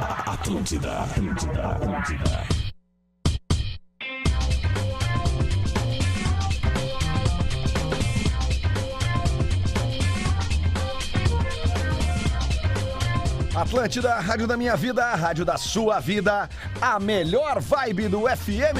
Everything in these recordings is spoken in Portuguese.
Atlântida, Atlântida, Atlântida. Atlântida, a rádio da minha vida, a rádio da sua vida, a melhor vibe do FM.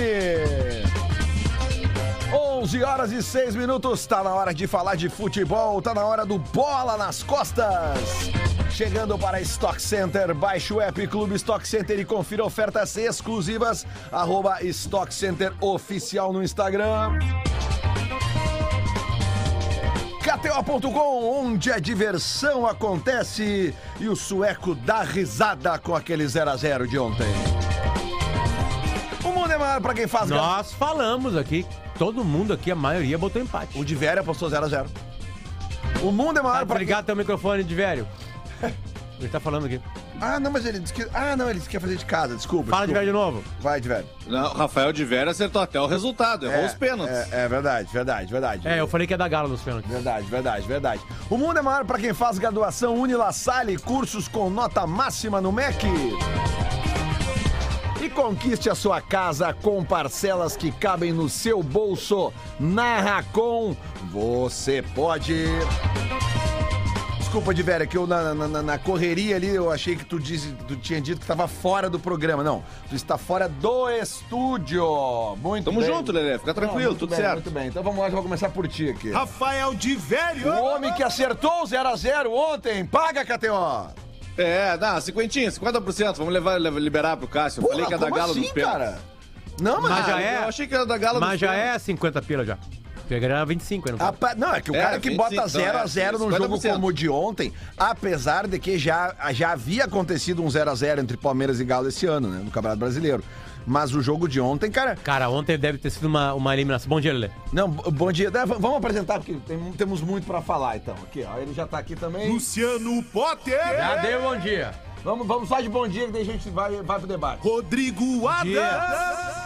11 horas e 6 minutos, tá na hora de falar de futebol, tá na hora do Bola nas Costas. Chegando para Stock Center, baixe o app Clube Stock Center e confira ofertas exclusivas, arroba Stock Center Oficial no Instagram. KTO.com, onde a diversão acontece e o sueco dá risada com aquele 0 a 0 de ontem. O mundo é maior para quem faz gás. Nós falamos aqui, todo mundo aqui, a maioria botou empate. O de Vera apostou 0 a 0. O mundo é Tá maior para quem... desligado teu microfone de velho. Ele tá falando aqui. Ah, não, mas ele disse que Ah, não, ele disse que ia fazer de casa, desculpa. Fala de velho de desculpa. novo. Vai de velho. Não, Rafael de Vera acertou até o resultado, errou os pênaltis. É, é verdade, verdade, verdade. É, eu falei que é da Gala nos pênaltis. Verdade, verdade, verdade. O mundo é maior para quem faz graduação Unilassalle, cursos com nota máxima no MEC. E conquiste a sua casa com parcelas que cabem no seu bolso. Na Racon, você pode. Desculpa, de velho, que eu na, na- na- na correria ali eu achei que tu, disse, tu tinha dito que estava fora do programa. Não, tu está fora do estúdio. Muito Tamo bem. junto, Lelê, fica Não, tranquilo, muito tudo bem, certo. Muito bem, então vamos lá, já vou começar por ti aqui. Rafael de Velho. O homem que acertou o 0x0 ontem, paga, KTO! É, dá, cinquentinha, 50%, vamos levar, lev- liberar pro Cássio. Eu falei que é da como Gala assim, dos pênaltis. Ah, cara? Não, mas... Mas já é. Eu achei que era da Gala Mas dos já pênaltis. é 50 pila já. Pegaria 25, eu não sei. Apa- Não, é que o É, cara que 25, bota então, 0x0 num é, jogo 50%. como o de ontem, apesar de que já, já havia acontecido um 0x0 entre Palmeiras e Galo esse ano, né? No Campeonato Brasileiro. Mas o jogo de ontem, cara. Cara, ontem deve ter sido uma, uma eliminação. Bom dia, Lelê. Não, b- bom dia. Né, v- Vamos apresentar, porque tem- temos muito pra falar, então. Aqui, ó. Ele já tá aqui também. Luciano Potter. deu bom dia. Vamos, vamos só de bom dia, que daí a gente vai, vai pro debate. Rodrigo Adams.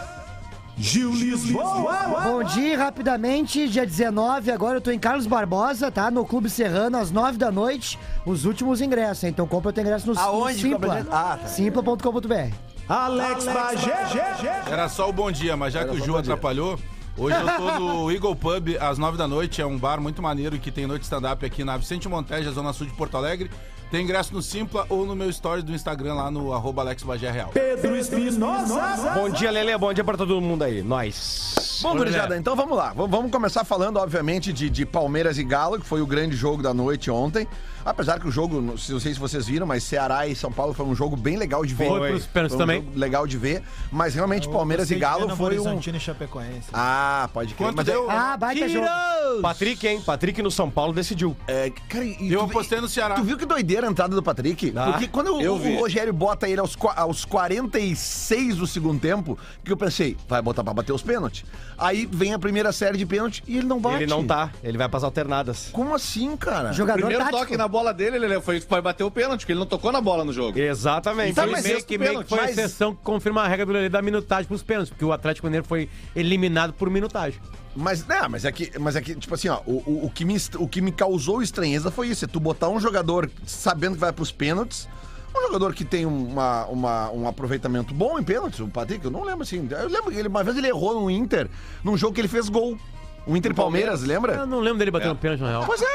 Gil Lisboa. Bom dia, rapidamente, dia 19, agora eu tô em Carlos Barbosa, tá? No Clube Serrano, às 9 da noite, os últimos ingressos, hein? então compra o teu ingresso no Aonde no compra o Simpla, ingresso? Ah, tá. simpla.com.br. Alex Bagé. Era só o bom dia, mas já que o Ju atrapalhou, hoje eu tô no Eagle Pub às nove da noite. É um bar muito maneiro que tem noite stand-up aqui na Vicente Monteja, Zona Sul de Porto Alegre. Tem ingresso no Simpla ou no meu story do Instagram lá no arroba Alex Bagé Real. Pedro Espinosa. Bom dia, Lele. Bom dia pra todo mundo aí. Nós. Bom, gurizada, então vamos lá. V- Vamos começar falando, obviamente, de, de Palmeiras e Galo, que foi o grande jogo da noite ontem. Apesar que o jogo, não sei não sei se vocês viram, mas Ceará e São Paulo foi um jogo bem legal de ver. Foi pros pênaltis um também. jogo legal de ver, mas realmente Palmeiras e Galo foi um... e Chapecoense. Ah, pode crer. Quanto Mas deu? Ah, baita jogo. Tá Patrick, hein? Patrick no São Paulo decidiu. é, é, cara, e Eu tu- apostei no Ceará. Tu viu que doideira a entrada do Patrick? Ah, Porque quando eu- eu vi. o Rogério bota ele aos, qua- aos 46 do segundo tempo, que eu pensei, vai botar pra bater os pênaltis. Aí vem a primeira série de pênaltis e ele não bate. Ele não tá. Ele vai pras alternadas. Como assim, cara? Jogador Primeiro tático. toque na bola dele, Lelê, foi foi bater o pênalti, porque ele não tocou na bola no É, jogo. Exatamente. Tá, Foi mas meio esse que, do meio que pênalti, foi a mas- exceção que confirma a regra do Lelê da minutagem pros pênaltis, porque o Atlético Mineiro foi eliminado por minutagem. Mas, né, mas é que, mas é que tipo assim, ó, o, o, o que me, est- o que me causou estranheza foi isso: é tu botar um jogador sabendo que vai pros pênaltis, um jogador que tem uma, uma- um aproveitamento bom em pênaltis, o Patrick, eu não lembro assim. Eu lembro que ele, uma vez ele errou no Inter, num jogo que ele fez gol. O Inter e Palmeiras, Eu lembra? não lembro dele batendo pênalti, na real. Pois é,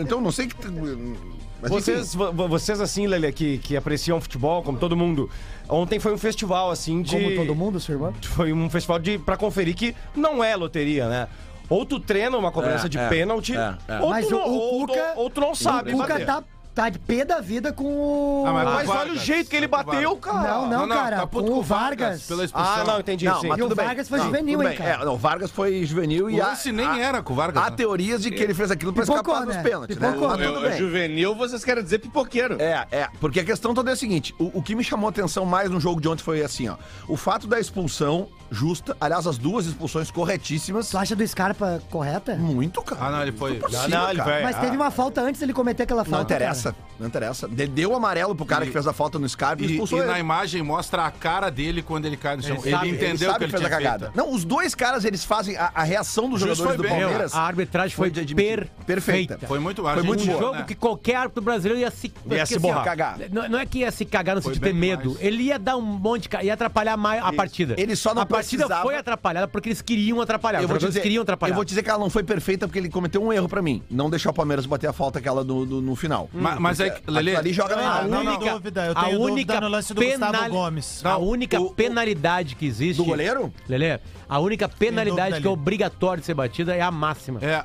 então não sei que. Mas enfim. Vocês, vo- vo- vocês assim, Lele, que, que apreciam futebol, como todo mundo. Ontem foi um festival, assim, de. Como todo mundo, seu irmão. Foi um festival de pra conferir que não é loteria, né? Ou tu treina uma cobrança É, de é, pênalti, é, é. ou, Mas tu o- não- o ou- Cuca- ou- ou tu não sabe. o Cuca bater. tá, tá de pé da vida com o... Ah, mas- Mas Com o olha o Vargas, jeito que ele com o bateu, cara. Não, não, cara, tá puto com o o Vargas. Pela expulsão. Ah, não, entendi. Não, sim. mas E o tudo bem. Vargas foi Não, juvenil, tudo hein, bem. cara? É, não, o Vargas foi juvenil e O lance nem era com o Vargas, Há né? teorias de que ele fez aquilo pra Pipocou, escapar dos né? pênaltis, né? Pipocou. Mas Eu- tudo eu- bem. juvenil, vocês querem dizer pipoqueiro. É, é, porque a questão toda é a seguinte: o, o que me chamou a atenção mais no jogo de ontem foi assim, ó. O fato da expulsão justa, aliás, as duas expulsões corretíssimas. tá Tu acha do Scarpa correta? Muito, cara. Ah, não, ele foi- Não, é possível, Não, não, ele cara. vai- Mas teve uma falta antes dele cometer aquela falta, Não interessa. cara. Não interessa. De- Deu amarelo pro cara que fez a falta no Scarpa e E, expulsou e ele. na imagem mostra a cara dele quando ele cai no chão. Ele, sabe, ele Ele entendeu sabe que ele fez tinha a cagada. feito. Não, os dois caras, eles fazem a, a reação dos Juiz jogadores do foi bem. Palmeiras. a arbitragem foi, de admitir. per Perfeita. perfeita. Foi muito boa. Foi gente. muito um boa, jogo né? que qualquer árbitro brasileiro ia se, Ia porque, se assim, borrar. ó, Tipo Cagar. Não, não é que ia se cagar no sentido de ter bem medo. demais. Ele ia dar um monte de. ca- ia atrapalhar mais a partida. Ele só não A partida precisava- foi atrapalhada porque eles queriam atrapalhar. Eu É, Os vou, jogadores dizer, queriam atrapalhar. eu vou dizer que ela não foi perfeita porque ele cometeu um erro pra mim. Não deixar o Palmeiras bater a falta aquela do, do- no final. Hum. Ma- mas é que, Lelê, Aquilo ali joga na A área. não, não. única, Dúvida, eu a tenho dúvida única no lance do Gustavo penali- Gomes. A Não, única o- o- penalidade que existe. Do goleiro? Lelê, a única penalidade dúvida que é ali. obrigatória de ser batida é a máxima. é,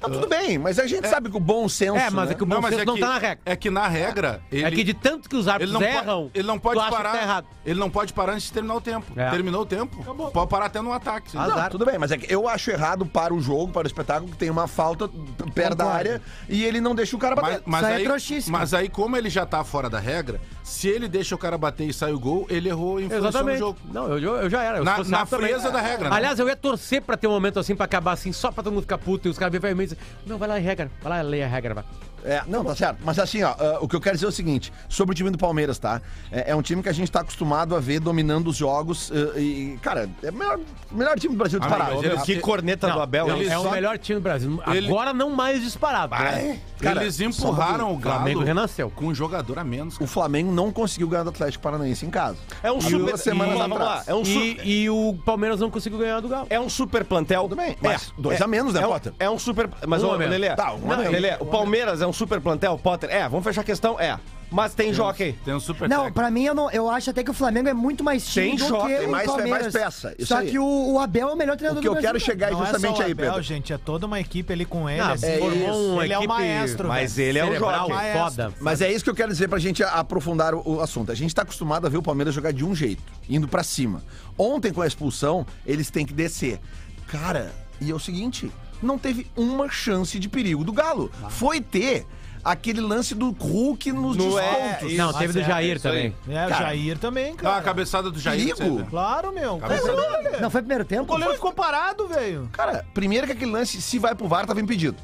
Tá tudo bem, mas a gente sabe que o bom senso. É, mas né? é que o não, bom mas senso é não que, tá na regra. É que na regra. Ele, É que de tanto que os ele árbitros não erram, pode, ele não tu pode acha que parar. tá errado. Ele não pode parar antes de terminar o tempo. É. Terminou o tempo, pode parar até no ataque. se ele- Não, tudo bem, mas é que eu acho errado para o jogo, para o espetáculo, que tem uma falta perto da área e ele não deixa o cara bater. Mas, mas, Isso aí é aí, trouxíssimo. mas aí, como ele já tá fora da regra, se ele deixa o cara bater e sai o gol, ele errou e influenciou no Exatamente. jogo. Não, eu, eu- eu já era. Eu Na- sou na sábio também. frieza da regra, né? Aliás, eu ia torcer pra ter um momento assim, pra acabar assim, só pra todo mundo ficar puto. E os caras vêm e dizem, não, vai lá em regra, vai lá leia a regra. Vai. É, não, tá certo. Mas assim, ó, ah, o que eu quero dizer é o seguinte: sobre o time do Palmeiras, tá? É, é um time que a gente tá acostumado a ver dominando os jogos. ah, e, cara, é o melhor, melhor time do Brasil Ah, disparado. mas ele- Que corneta do Abel. Não, Tá ele é o só- melhor time do Brasil. ele- Agora não mais disparado. né? É, Cara, Eles empurraram o Galo Flamengo renasceu. com um jogador a menos. O Flamengo não conseguiu ganhar do Atlético Paranaense em casa. É um E super- Duas semanas e- vamos lá, atrás. é um super- E, e o Palmeiras não conseguiu ganhar do Galo. É um super plantel. Tudo bem, mas dois a menos, né, é um- Potter? É um super. Mas, Um ô, a menos. Lelê. Tá, um a não, menos. Lelê, o Palmeiras é um super plantel, Potter? É, vamos fechar a questão? É. Mas tem jockey. Tem um super Não, técnico. pra mim, eu, não, eu acho até que o Flamengo é muito mais Tem time do choque, que tem o mais- é mais Palmeiras. peça, isso Só aí. que o, o Abel é o melhor O um treinador que eu do quero Brasil. chegar é Não justamente é só o aí, Abel, Pedro. gente, é toda uma equipe ali com ele. Ah, assim, formou uma ele é o equipe- maestro, Mas velho. ele é um Cerebral, jockey. jockey. foda. Mas é isso que eu quero dizer pra gente aprofundar o, o assunto. A gente tá acostumado a ver o Palmeiras jogar de um jeito, indo pra cima. Ontem, com a expulsão, eles têm que descer. Cara, e é o seguinte: não teve uma chance de perigo do Galo. Foi ter aquele lance do Hulk nos Não é, descontos. Não, teve do é, Jair isso também. É, o Cara. tá Jair também, Ah, a cara. cabeçada do Jair. Perigo? você vê. Claro, Tá meu. Cabeça- Caralho, velho. Não foi primeiro O tempo? goleiro ficou parado, velho. Cara, primeiro que aquele lance, se vai pro VAR, tava impedido.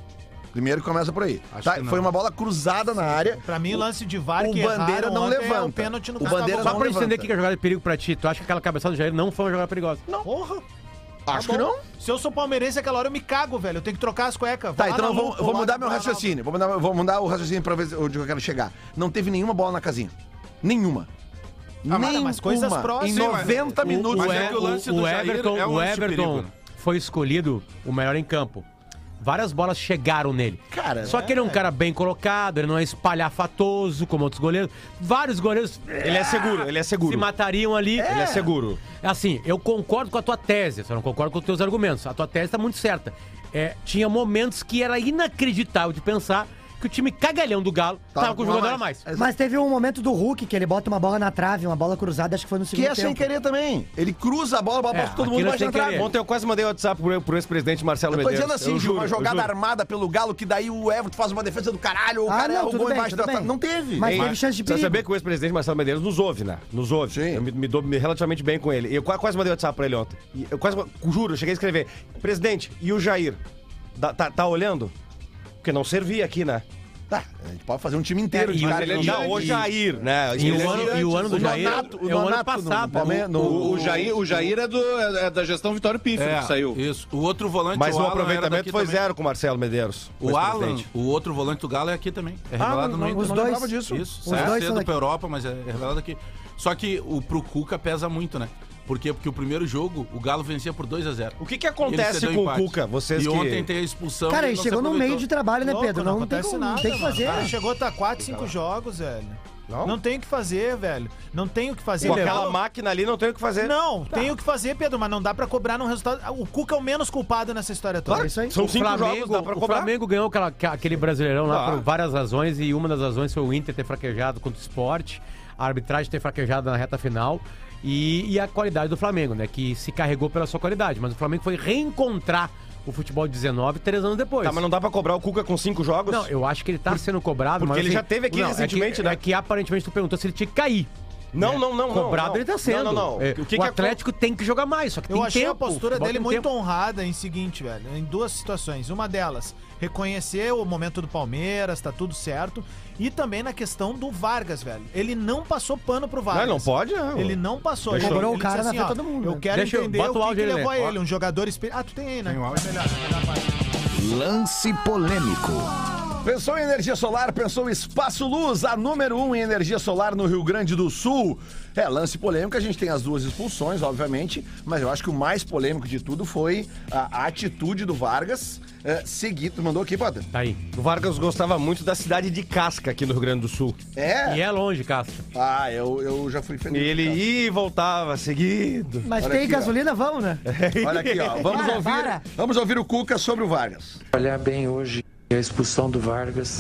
Primeiro que começa por aí. Acho Tá? que não. Foi uma bola cruzada na área. Pra mim, lance de VAR o que Bandeira erraram não ontem é levanta. o pênalti no O Bandeira Só não pra eu entender levanta. o que que é jogada de perigo pra ti. Tu acha que aquela cabeçada do Jair não foi uma jogada perigosa? Não. Porra. Tá Acho que não. Se eu sou palmeirense, aquela hora eu me cago, velho. Eu tenho que trocar as cuecas. Ah, Tá, lá então na eu vou, Lu, vou vou lá mudar no meu Ronaldo. raciocínio. Vou mudar, vou mudar o raciocínio pra ver onde eu quero chegar. Não teve nenhuma bola na casinha. Nenhuma. Ah, mas- mas coisas Em próximas. 90 minutos. Mas O, é E- que o lance o- do o Jair Everton, é um o lance de perigo, Everton né? foi escolhido o melhor em campo. Várias bolas chegaram nele. Cara, Só que ele é um cara bem colocado, ele não é espalhafatoso como outros goleiros. Vários goleiros Ele é seguro, ele é seguro. se matariam ali. Ele é seguro. Assim, eu concordo com a tua tese, só não concordo com os teus argumentos. A tua tese tá muito certa. É, tinha momentos que era inacreditável de pensar que o time cagalhão do Galo Tava tava, com o com uma jogador a mais. mais. Mas teve um momento do Hulk que ele bota uma bola na trave, uma bola cruzada, acho que foi no Que segundo é sem tempo. querer também. Ele cruza a bola, a bola É, passa pra todo mundo, aquilo é mas sem na trave. querer. Ontem eu quase mandei WhatsApp pro, pro ex-presidente Marcelo Eu tô Medeiros. dizendo assim, eu Gil, juro, uma eu jogada juro. armada pelo Galo, que daí o Everton faz uma defesa do caralho, o Ah, cara não, erra o tudo gol bem, embaixo tudo da trave. bem. Não teve. Mas Ei, teve chance de Precisa perigo. saber que o ex-presidente Marcelo Medeiros nos ouve, né? Nos ouve. Sim. Eu me, me dou me relativamente bem com ele. E Eu qua- quase mandei WhatsApp pra ele ontem. E eu quase, juro, eu cheguei a escrever. Presidente, e o Jair? Da- tá, tá olhando? Porque não servia aqui, né? Tá, a gente pode fazer um time inteiro de e cara. ele que não é joga. Não, o Jair, né? E o ano, e o ano do O Jair Nonato- o é o ano Nonato no- no passado. Palmeiras. O, o Jair, o Jair é, do, é- é da gestão Vitório Piffer É, que saiu. Isso. O outro volante Mas o, Alan, era aproveitamento daqui foi também. zero com o Marcelo Medeiros. O Alan, ex-presidente. o outro volante do Galo é aqui também. É revelado no Inter. os Não dois. lembrava disso. Isso, Os saiu dois são cedo daqui. pra Europa, mas é é revelado aqui. Só que o, pro Cuca pesa muito, né? Por quê? Porque o primeiro jogo, o Galo vencia por 2 a 0 O que que Ele acontece cedeu com o empate. Cuca? Vocês e que... ontem tem a expulsão. Cara, e ele não chegou se no aproveitou. meio de trabalho, né, Louco, Pedro? Não, Não, tem, acontece como- nada. não tem o que mano. fazer. O cara chegou a tá 4, 5 jogos, velho. Não? Não? tem o que fazer, velho. Não tem o que fazer. Com velho. aquela máquina ali, não tem o que fazer. Não, tem o que fazer, Pedro, mas não dá pra cobrar num resultado. O Cuca é o menos culpado nessa história toda. É isso aí. São O cinco Flamengo, jogos, dá pra o cobrar. Flamengo ganhou aquela- ca- aquele brasileirão lá Claro. por várias razões e uma das razões foi o Inter ter fraquejado contra o esporte, a arbitragem ter fraquejado na reta final e, e a qualidade do Flamengo, né? Que se carregou pela sua qualidade. Mas o Flamengo foi reencontrar o futebol 19 três anos depois. Tá, mas não dá pra cobrar o Cuca com cinco jogos? Não, eu acho que ele tá sendo cobrado. porque mas, ele já teve aqui não, é recentemente, que- né? É que aparentemente tu perguntou se ele tinha que cair. Não, não, não. não, Cobrado não. ele tá sendo. Não, não, não. É, O O, que que Atlético tem que jogar mais, só que Eu tem achei tempo. a postura Futebol dele um tem muito tempo. honrada em seguinte, velho, em duas situações. Uma delas, reconhecer o momento do Palmeiras, tá tudo certo, e também na questão do Vargas, velho. Ele não passou pano pro Vargas. Não, não pode, não. Ele não passou. Deixa eu- ele, Cobrou o ele disse assim, cara na ó, frente de todo mundo, Eu né? quero Deixa eu- entender bota o o que, que áudio aí, levou a Lelê. ele, um jogador... espe- Ah, tu tem aí, né? Tem o áudio. Melhor, melhor parte. Lance polêmico. Pensou em energia solar? Pensou em Espaço Luz, a número um em energia solar no Rio Grande do Sul. É, lance polêmico, a gente tem as duas expulsões, obviamente, mas eu acho que o mais polêmico de tudo foi a, a atitude do Vargas. É, seguido, tu mandou aqui, Potter? Tá aí. O Vargas gostava muito da cidade de Casca aqui no Rio Grande do Sul. É? E é longe, Castro. Ah, eu, eu já fui feliz. Ele ia e voltava seguido. Mas Olha tem aqui, ó. gasolina, vamos, né? Olha aqui, ó. Vamos, Para, ouvir, para. vamos ouvir o Cuca sobre o Vargas. olhar bem hoje a expulsão do Vargas,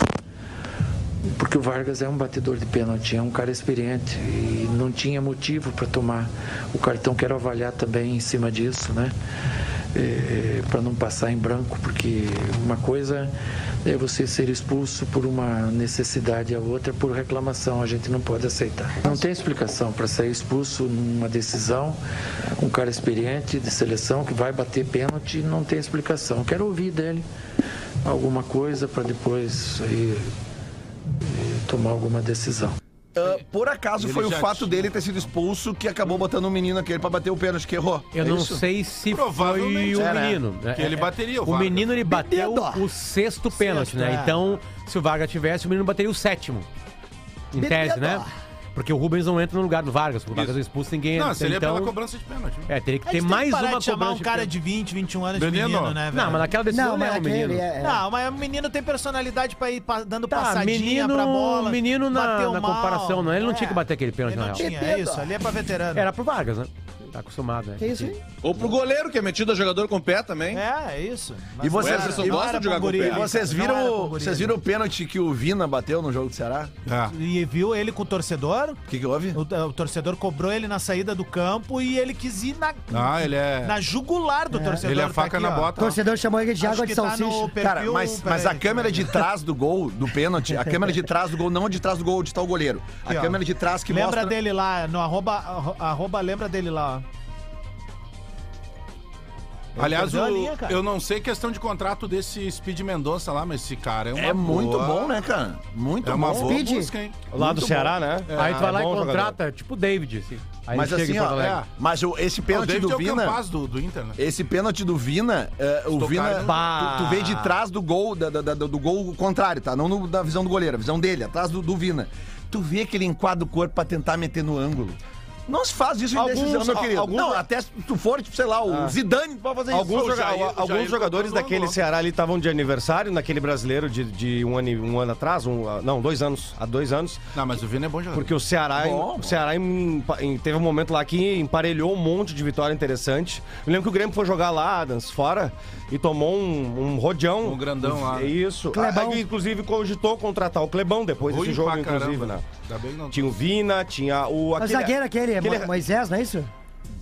porque o Vargas é um batedor de pênalti, é um cara experiente e não tinha motivo para tomar o cartão. Quero avaliar também em cima disso, né? para não passar em branco, porque uma coisa é você ser expulso por uma necessidade, a outra por reclamação. A gente não pode aceitar. Não tem explicação para ser expulso numa decisão. Um cara experiente de seleção que vai bater pênalti, não tem explicação. Quero ouvir dele alguma coisa para depois aí, eh, tomar alguma decisão. Ah, por acaso Ele foi o já fato tinha- dele ter sido expulso que acabou botando um menino aquele pra bater o pênalti que errou. Eu É não isso? sei se foi o Provavelmente é, né? menino. Que É, ele é, bateria, o O Vargas. menino ele bateu Dedo. o sexto pênalti, né? é. Então, se o Vargas tivesse, o menino bateria o sétimo. Em Dedo. tese, né? Porque o Rubens não entra no lugar do Vargas. O Vargas é expulso, ninguém Não, entra. seria então, pela cobrança de pênalti. né? É, teria que A ter gente mais tem que parar uma de chamar um cobrança de cara pênalti. de 20, 21 anos de Menino. menino, né, velho? Não, mas naquela decisão Não, não, mas é um aquele menino. é... Não, Ah, mas o menino tem personalidade pra ir pa- dando Tá, passadinha menino- pra bola. menino na- bateu na mal. É. comparação, não, ele não tinha que bater aquele pênalti, Ele na não real. tinha, é isso. Ali é pra veterano. Era pro Vargas, né? Tá acostumado, né? Que isso, hein? Ou pro goleiro, que é metido a jogador com pé também. É, é isso. E vocês- não era- vocês não gostam era de jogar com Ponguri, o pé? E vocês não era viram, Ponguri, vocês viram o pênalti que o Vina bateu no jogo do Ceará? Ah. E viu ele com o torcedor? O que, que houve? O, o torcedor cobrou ele na saída do campo e ele quis ir na, Ah, ele é. na jugular do torcedor. Ele é tá faca aqui, na ó. O bota. torcedor chamou ele de Acho água que de tá no salsicha. perfil- Cara, mas, peraí, mas a câmera de trás do gol, do pênalti, a câmera de trás do gol, não de trás do gol onde tá o goleiro. A Aqui, ó. câmera de trás que Lembra mostra. dele lá, no arroba, arro- arroba lembra dele lá, ó. Aliás, perdeu a o- linha, cara. eu não sei questão de contrato desse Speed Mendonça lá, mas esse cara é uma É muito boa- bom, né, cara? Muito É uma bom. boa Speed? busca, hein? Lá do Ceará, né? Aí tu vai lá É e bom jogador. contrata, tipo o David, assim. Aí Mas ele chega assim, em Porto ó, Alegre. é, mas o- esse O pênalti David do é o Vina. Campaz do, do Inter, né? Esse pênalti do Vina, é, o Estocaram Vina. no- Tu, tu vê de trás do gol, da- da- da- do gol contrário, tá? Não no- da visão do goleiro, a visão dele, atrás do, do Vina. Tu vê que ele enquadra o corpo pra tentar meter no ângulo. Não se faz isso em Alguns- decisão, meu al- querido. alguns- Não, até se tu for, tipo, sei lá, o Zidane pode fazer isso. Alguns, O joga- Jair- é al- o Jair alguns jogadores botou no daquele bloco. Ceará ali estavam de aniversário, naquele brasileiro de, de um, ano, e- um ano atrás, um- não, dois anos, há dois anos, Não, mas o Vina é bom jogador. porque o Ceará, Bom, em- bom. o Ceará em- em- teve um momento lá que emparelhou um monte de vitória interessante. Eu lembro que o Grêmio foi jogar lá, Adams, fora, e tomou um, um rodeão. Um grandão lá. É Isso. Clebão. Aí, inclusive, cogitou contratar o Clebão depois Ruim desse jogo, pra caramba. inclusive, né? Ainda bem que não. Tinha o Vina, tinha o... O zagueiro aquele, Mo- Moisés, não é isso?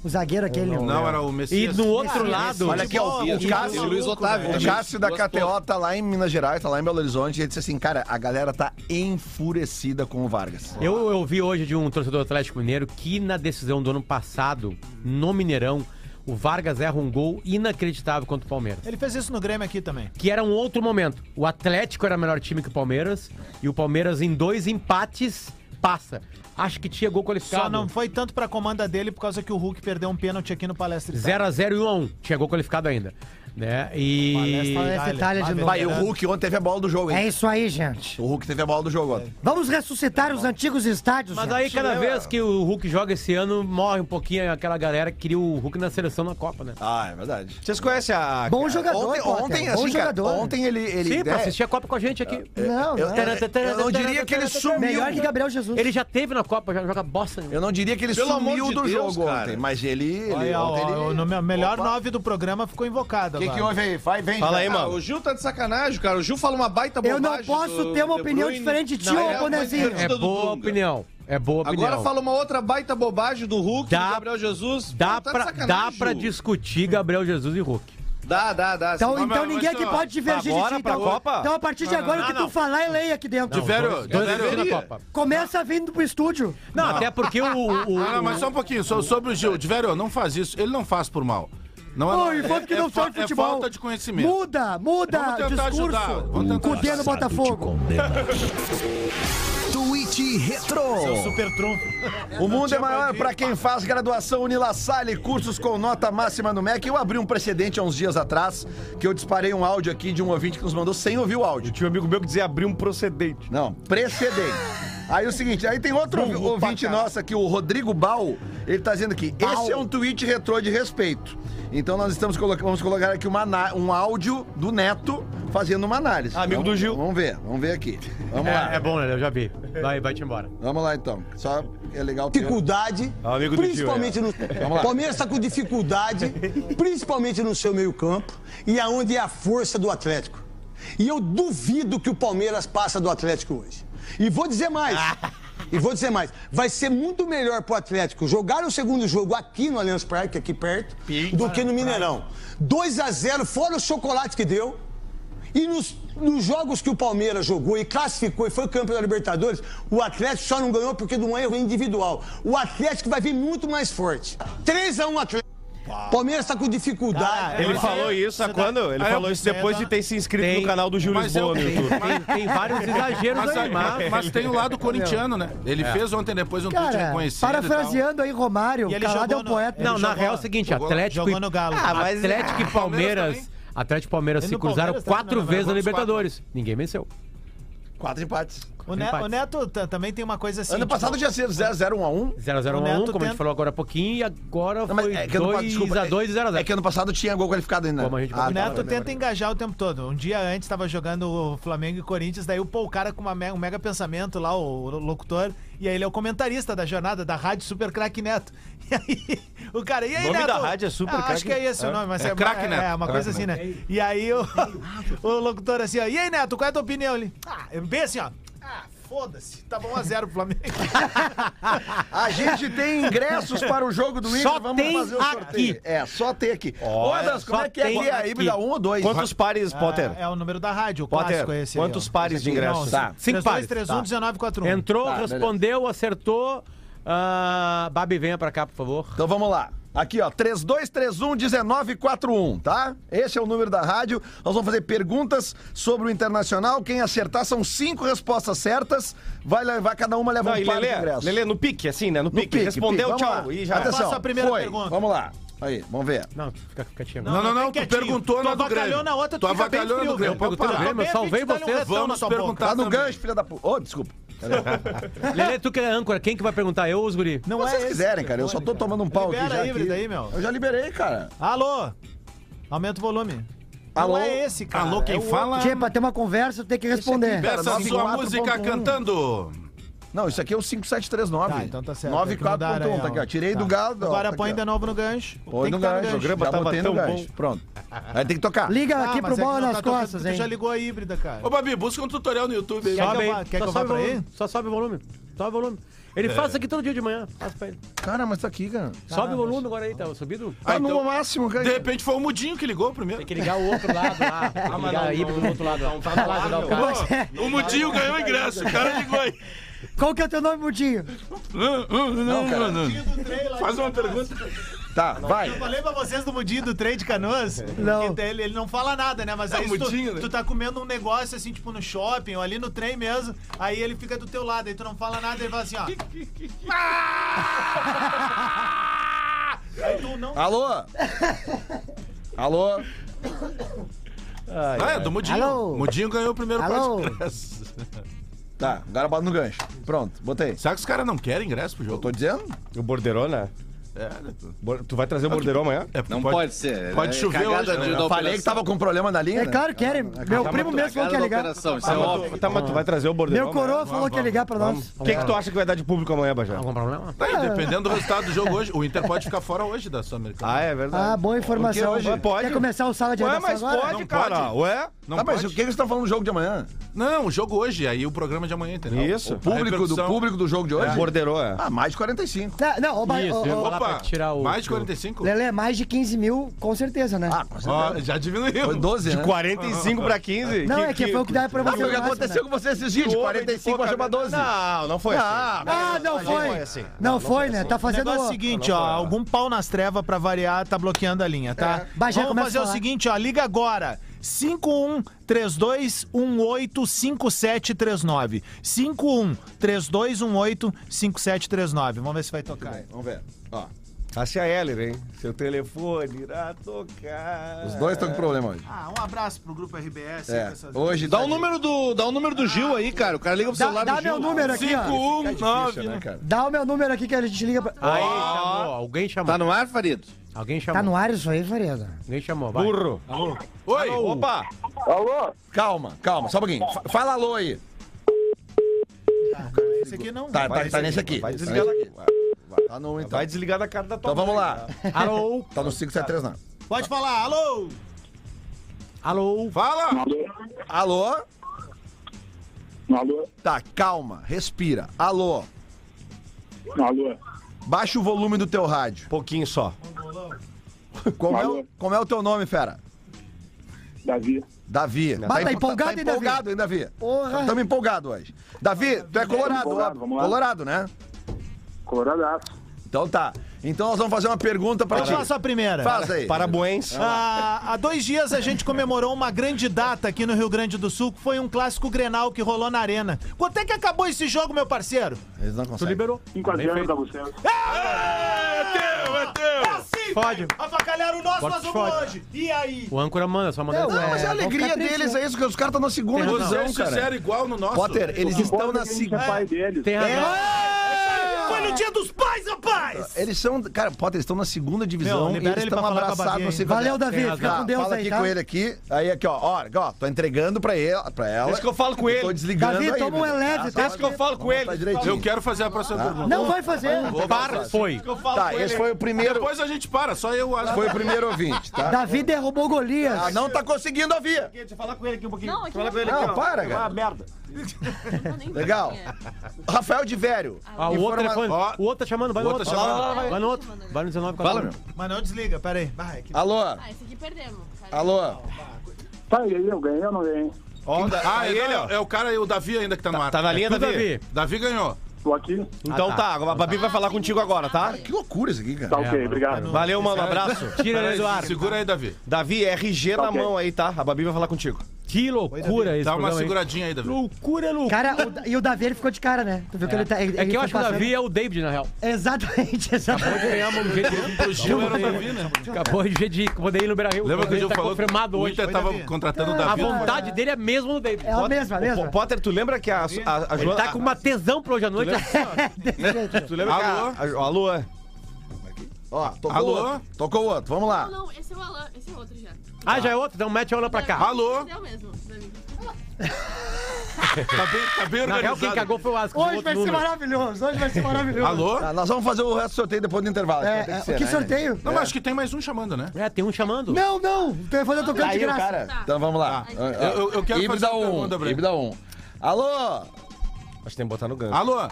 O zagueiro aquele. não- Não, era o E Messias. do outro Cara, lado. esse Olha aqui, ó, futebol, o Cássio- maluco, Luiz Otávio. velho. O Também Cássio da gostou. KTO tá lá em Minas Gerais, tá lá em Belo Horizonte, e ele disse assim, cara, a galera tá enfurecida com o Vargas. Eu, eu vi hoje de um torcedor Atlético Mineiro que na decisão do ano passado, no Mineirão, o Vargas erra um gol inacreditável contra o Palmeiras. Ele fez isso no Grêmio aqui também. Que era um outro momento. O Atlético era melhor time que o Palmeiras e o Palmeiras em dois empates passa. Acho que tinha gol qualificado. Só não foi tanto pra comanda dele por causa que o Hulk perdeu um pênalti aqui no Palestra. Itália. 0x0 e 1x1. Tinha gol qualificado ainda. Né? E. Palestra Itália. de novo. Vai, o Hulk ontem teve a bola do jogo, É hein? isso aí, gente. O Hulk teve a bola do É. jogo ontem. Vamos ressuscitar os antigos estádios. Mas gente. aí, cada vez que o Hulk joga esse ano, morre um pouquinho aquela galera que queria o Hulk na seleção na Copa, né? Ah, é verdade. É, Vocês conhecem Ah, a... Bom jogador, Ontem, Potter, ontem, bom assim, cara, jogador. ontem ele... ele Sim, né, pra assistir a Copa com a gente aqui. É. Não, eu, não. eu- eu não diria que ele sumiu. Melhor que Gabriel Jesus. Ele já teve na Copa, já joga bosta. né? Eu não diria que ele Pelo amor sumiu de do Deus, jogo cara. ontem, mas ele... ele, Olha, ó, ontem ele- o nome- melhor Opa. nove do programa ficou invocado O que, agora. que houve aí? Vai, vem. Fala já. aí, Ah, mano. o Gil tá de sacanagem, cara. O Gil fala uma baita Eu bobagem. não posso do ter uma De opinião Bruyne. diferente de ti, Não, ô é, Bonezinho. mas- É do boa Dunga. opinião. É boa opinião. Agora fala uma outra baita bobagem do Hulk, Dá- do Gabriel Jesus. Dá Pô, tá de pra, sacanagem, dá pra Gil. discutir Gabriel Jesus e Hulk. Dá, dá, dá. Então, sim. então mas- ninguém mas, aqui ó, pode divergir agora de ti. pra Então, Copa? então, a partir de agora, o que tu falar é lei aqui dentro. Tiveram. Dois vezes na tiveram- Copa. Começa vindo pro estúdio. Não, até porque o. o- Ah, não, mas só um pouquinho, so- sobre o Gil. Diverio, não faz isso. Ele não faz por mal. Não Pô, não- e quanto que não fa- sabe futebol? É falta de conhecimento. Muda, muda Vamos tentar discurso. ajudar, vamos tentar Com o dedo no Botafogo. Tweet é O Retro. Super Trunfo. O mundo é maior para quem faz graduação Unilassalle, cursos com nota máxima no MEC. Eu abri um precedente há uns dias atrás, que eu disparei um áudio aqui de um ouvinte que nos mandou sem ouvir o áudio. Tinha um amigo meu que dizia abrir um procedente. Não, precedente. Aí o seguinte, aí tem outro ouvi- ouvinte nosso aqui, o Rodrigo Bal, ele tá dizendo aqui, esse é um tweet retrô de respeito. Então nós estamos coloca vamos colocar aqui uma ana- um áudio do Neto fazendo uma análise. Amigo Vamos- do Gil. Vamos ver, vamos ver aqui. Vamos lá, É, é bom, né? Eu já vi. Vai, vai-te embora. vamos lá então. Só é legal... ter- dificuldade, amigo do tio, principalmente no Vamos lá. Palmeiras está com dificuldade, principalmente no seu meio-campo e aonde é a força do Atlético. E eu duvido que o Palmeiras passa do Atlético hoje. E vou dizer mais. E vou dizer mais, vai ser muito melhor pro Atlético jogar o segundo jogo aqui no Allianz Parque, aqui perto, do que no Mineirão. 2 a 0 fora o chocolate que deu. E nos, nos jogos que o Palmeiras jogou e classificou e foi campeão da Libertadores, o Atlético só não ganhou porque de um erro individual. O Atlético vai vir muito mais forte. 3 a 1 Atlético. Palmeiras está com dificuldade. Cara, Ele Você- falou isso há você quando? dá- Ele Ah, eu- falou isso você depois dá- de ter se inscrito Tem- no canal do Júlio mas eu- Lisboa no YouTube. Tem, tem vários exageros Mas, aí, mas. mas tem o lado corintiano, né? Ele fez ontem depois um tweet Cara, reconhecido. e tal. parafraseando aí Romário, E ele calado é jogou um no- poeta. ele Não, na jogou- real é o seguinte: Atlético. jogou e- no Galo. Ah, mas- Atlético e Palmeiras. Atlético e Palmeiras E se no cruzaram Palmeiras também, quatro né? vezes na Quantos Libertadores. Ninguém venceu. Quatro empates. O, Ne- Empate. o Neto t- também tem uma coisa assim. Ano passado tipo, tinha sido 0-0-1-1. 0x0 O 1x1, Neto como a um, gente tenta- falou agora há pouquinho, e agora Não, mas foi é que ano pa- desculpa, 2x2 e 0x0. É que ano passado tinha gol qualificado ainda. Como a gente Ah, O tá, Neto tá, tenta tá. engajar o tempo todo. Um dia antes estava jogando o Flamengo e Corinthians, daí o pô, o cara com uma me- um mega pensamento lá, o locutor, e aí ele é o comentarista da jornada da Rádio Super Crack Neto. E aí, o cara, e aí, O nome Neto? da rádio é Super ah, Craque- Acho que é esse o nome, mas É é, Craque é- Neto. é uma coisa Craque assim, né? E aí o, o locutor assim, ó, e aí, Neto, qual é a tua opinião? Ele, ah, bem assim, ó. "Ah, Foda-se, tá bom 1x0 pro Flamengo. A gente tem ingressos para o jogo do Inter. Só Vamos tem fazer o sorteio. aqui. É, só tem aqui. Ô, Olha, Adas, como só é que é tem aqui? A aqui. híbrida 1 ou 2? Quantos pares, Potter? É, é o número da rádio, o Potter, clássico é esse. quantos pares de ingressos? Tá. Cinco 5 pares. pares. 3, 1, 19, 4, 1. Entrou, respondeu, acertou. Ah, Babi, venha pra cá, por favor. Então vamos lá. Aqui, ó, 3231-1941, tá? Esse é o número da rádio. Nós vamos fazer perguntas sobre o Internacional. Quem acertar são cinco respostas certas. Vai levar, cada uma leva Não, um e par de Lelê, ingressos. Lelê, no pique, assim, né? No, pique, pique, Respondeu, pique. Vamos tchau. lá. E já. tá. Atenção, Faça a primeira foi. pergunta. Vamos lá. Aí, vamos ver. Não, fica, fica quietinho. Não, não, não, Fica tu quietinho. perguntou Tu na do avacalhou Grêmio. na outra, tu tu fica bem avacalhou frio, no Grêmio. velho. Pode Perguntou no parar. Grêmio. Eu salvei tá vocês. Vamos perguntar Tá no também. gancho, filha da puta. Ô, desculpa. Lelê, tu que é âncora, quem que vai perguntar? Eu ou os guri? Não é Se vocês esse quiserem, cara, eu só tô telefone, tomando um pau Libera aqui já. a híbrida aqui. aí, meu. Eu já liberei, cara. Alô? Aumenta o volume. Alô? Não é esse, cara. Alô, é quem o fala? Tchê, Tipo, pra ter uma conversa, tu tem que responder. Cara, Peça a sua 94.1. música cantando. Não, isso aqui é o 5739. Tá, então tá certo. É que mudaram aí, 94.1, tá aqui, ó. Tirei do gado. ó, Agora tá põe aqui, ó. de novo no gancho. Põe Tem no que tá gancho. gancho. já O programa botei tava no tão gancho. Pronto. Aí tem que tocar. Liga Ah, mas aqui pro é que bola não nas tá tocando, costas, Tu hein? já ligou a híbrida, cara. Ô, Babi, busca um tutorial no YouTube aí. Só- Sobe que eu aí. vá- quer Só que eu sobe vá o pra aí? volume. Só sobe o volume. Sobe o volume. Ele faz isso aqui todo dia de manhã. Faz pra ele. Cara, mas tá aqui, cara. Sobe o volume agora aí, tá subido? Tá Ah, no então- máximo, cara. De repente foi o Mudinho que ligou primeiro. Tem que ligar o outro lado lá. Tem que ligar a híbrida do outro lado. Não, tá lá, ajudar o cara. Ô, o Mudinho ganhou ingresso, o cara ligou aí. Qual que é o teu nome, Mudinho? Não, não, não, cara. Faz uma pergunta. Tá, vai. Eu falei pra vocês do mudinho do trem de canoas. Não. Que Ele, ele não fala nada, né? Mas aí se mudinho, tu, né? tu tá comendo um negócio assim, tipo no shopping ou ali no trem mesmo. Aí ele fica do teu lado, aí tu não fala nada, ele fala assim, ó. aí tu não. Alô? Alô? Ah, é, do Mudinho. Alô? Mudinho ganhou o primeiro Alô? par de ingresso. Tá, agora bota no gancho. Pronto, botei. Será que os caras não querem ingresso pro jogo? Tô dizendo? O Borderó, né? É, né, tu- Bor- Tu vai trazer o Borderó amanhã? é, porque Não pode ser. É pode chover cagada hoje, né? de- da Eu Falei que operação. tava com problema na linha. É né? claro que querem. Meu primo mesmo falou que Cagada da ia ligar. operação, isso é Ah, mas tu- óbvio. Tá, mas tu vai trazer o Borderó. Meu coroa falou que ia ligar pra nós. O que, que tu acha que vai dar de público amanhã, Bajá? Algum problema? Tá Ah. aí, dependendo do resultado do jogo hoje, o Inter pode ficar fora hoje da Sul-Americana. Ah, é verdade. Ah, boa informação. Porque hoje- pode. Quer começar o sala de Ué, redação mas agora? pode, Não cara. pode? Ué? Não Tá, mas o pode? que que eles estão falando do jogo de amanhã? Não, o jogo hoje, aí o programa de amanhã, entendeu? Isso. O Público do público do jogo de hoje? Borderó, é. Ah, mais de 45. Não, não, ô, ba- Isso, ô, Opa, ô, Opa! tirar o- mais de 45? Lelê, mais de 15 mil, com certeza, né? Ó, já diminuiu. Foi 12, De né? 45 pra 15? não, é que, foi o que dava pra Ah, você. foi o que no máximo, aconteceu né? com você esses dias, de 45 achou pra 12. Não, não foi assim. Ah, não foi. Não foi, né? Tá O fazendo. negócio é o seguinte, ó, algum pau nas trevas pra variar tá bloqueando a linha, tá? É. Bah, já Vamos começa fazer a o falar. seguinte, ó, liga agora. 51 32 18 5739. 51 32 18 5739. Vamos ver se vai tocar. Vamos ver. Ó, Cássia Heller, hein? Seu telefone irá tocar. os dois estão com problema hoje. Ah, um abraço pro grupo RBS. É, com essas- hoje Dá o número do, dá o número do Gil aí, cara. O cara liga pro Dá, celular dá do meu Gil. número aqui, ó. 9. Né, cara? Dá o meu número aqui que a gente liga pra. Aí, chamou. Alguém chamou. Tá no ar, Farido? Alguém chamou. Tá no ar isso aí, Fareza? Alguém chamou. Vai. Burro. Oi, opa! Calma, calma, só um pouquinho. Fa- Fala alô aí. Esse aqui não. Tá, tá, tá nesse aqui. Vai Tá desligar nesse daqui. aqui. Vai, Tá no então. Vai desligar da cara da tua Então vamos mãe. lá. Alô? Tá no 573 Pode falar, alô! Alô? Fala! não. Alô? Alô? Tá, calma, respira. Alô? Alô? Baixa o volume do teu rádio. Pouquinho só. Como é, o- como é o teu nome, fera? Davi. Davi. Bata, empo- empolgado, tá hein, Davi? empolgado, hein, Davi? Porra. Estamos empolgados hoje. Davi, tu é colorado, ó. Colorado, né? Coloradaço. Então tá. Então nós vamos fazer uma pergunta pra Pode ti. falar sua né? primeira. Faz aí. Parabuense. Ah, há dois dias a gente comemorou uma grande data aqui no Rio Grande do Sul, que foi um clássico Grenal que rolou na arena. Quanto é que acabou esse jogo, meu parceiro? Eles não conseguem. Liberou. 5x0 pra você. Assim, Fode. Avacalharam o nosso, Bota nós vamos fode. longe. E aí? O âncora manda, só manda. Não, mas é a alegria ficar triste, deles, né? é isso, que os caras estão na segunda Tem razão. divisão, Vocês cara. fizeram igual no nosso. Potter, eles estão na Sim, segunda. é pai deles. Tem razão. Foi no dia dos pais, rapaz! Eles são. Cara, Potter, eles estão na segunda divisão. Meu, libera eles ele pra estão falar com a abraçados Babi, na hein? segunda. Valeu, Davi. Tem Fica razão. com Deus Fala aí, aqui tá? com ele aqui. Aí aqui, ó. Ó, ó tô entregando pra, ele, pra ela. Isso que eu falo com Tô ele. desligando. Davi, aí, toma um meu. eleve, tá? Isso que eu falo com ele. Tá direitinho. Eu quero fazer a próxima pergunta. Não vai fazer. Par foi. Eu falo Tá, com esse ele. foi o primeiro. Depois a gente para, só eu acho. Foi o primeiro ouvinte, tá? Davi derrubou Golias. Ah, não tá conseguindo ouvir. Deixa eu falar com ele aqui um pouquinho. Não, aqui não é tem Ah, para, cara. merda. Legal. é. Rafael de Vério. Ah, o outro Informa- telefone. Ó. O outro tá chamando, vai no O outro outro. tá chamando. Vai, vai, vai. Vai no outro. Vai no 19. Fala, meu. Mas não desliga, peraí. Vai, que... Alô? Ah, esse aqui perdemos. cara. Alô? Tá, e aí, eu ganhei ou não ganhei? Ó, ah, ele ó, é o cara, é o Davi ainda que tá no ar. Tá na linha, Tu, Davi? Davi. Davi ganhou. Tô aqui? Então Ah, tá, a Babi vai falar contigo agora, tá? Que loucura isso aqui, Tá cara. ok, obrigado. Valeu, mano, abraço. Tira ele do ar. Segura aí, Davi. Davi, RG na ok. mão aí, tá? A Babi vai falar contigo. Que loucura esse Dá uma programa, hein? seguradinha aí, Davi. Loucura, loucura. Cara, o Da- e o Davi ele ficou de cara, né? Tu viu que ele tá. ele- É que ele eu tá acho que o passando- Davi é o David, na real. Exatamente, exatamente. Ganhamos um jeito de- Pro Gil era o Davi, né? Acabou de jeito de poder ir no Beira Rio. Lembra que o Gil tá falou confirmado que o hoje. Inter tá tava contratando o A Davi. vontade dele é mesmo do David. É a mesma, a mesma. Pô, Potter, tu lembra que a, a, a Ele Joana... tá com uma tesão pra hoje à noite. Tu lembra que a... é? a- a Lua... Ó, tocou Alô? o outro. Tocou o outro, vamos Não, lá. não, esse é o Alan, esse é outro já. Ah, já é outro? Então mete a olha pra cá. Alô? Esse é o mesmo, Davi. Tá bem, Na tá bem real, organizado. quem cagou foi é o Asco. Hoje vai ser maravilhoso, hoje vai ser maravilhoso. Alô? Tá, nós vamos fazer o resto do sorteio depois do intervalo. É, então tem é, ser, que né? sorteio? Não, mas acho que tem mais um chamando, né? É, tem um chamando. Não, não, o telefone tá é tocando de Aí o graça. cara- Tá. Então vamos lá. Tá. Eu- eu- eu quero Ibra fazer dá uma um. pergunta pra ele. Ibra dá um. Alô? Acho que tem que botar no gancho. Alô?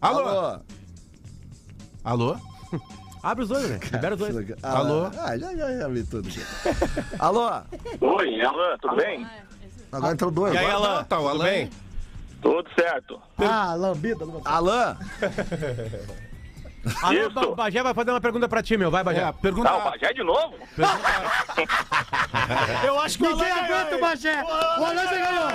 Alô? Alô? Abre os olhos, né? Libera os olhos. Alô? Ah, já, já, já vi tudo. aqui. Alô? Oi, Alan, tudo bem? Ah, é, esse Agora entrou dois. E aí, Alan? Não, tá, o tudo Alan. bem? Tudo certo. Ah, lambida. Alain? Alô, Isso. Ba- Bagé vai fazer uma pergunta pra ti, meu. Vai, É, Bagé. pergunta. Tá, o Bagé de novo? Eu acho que o Ninguém Alan ganhou, aguenta o hein? Bagé. O Alan já ganhou.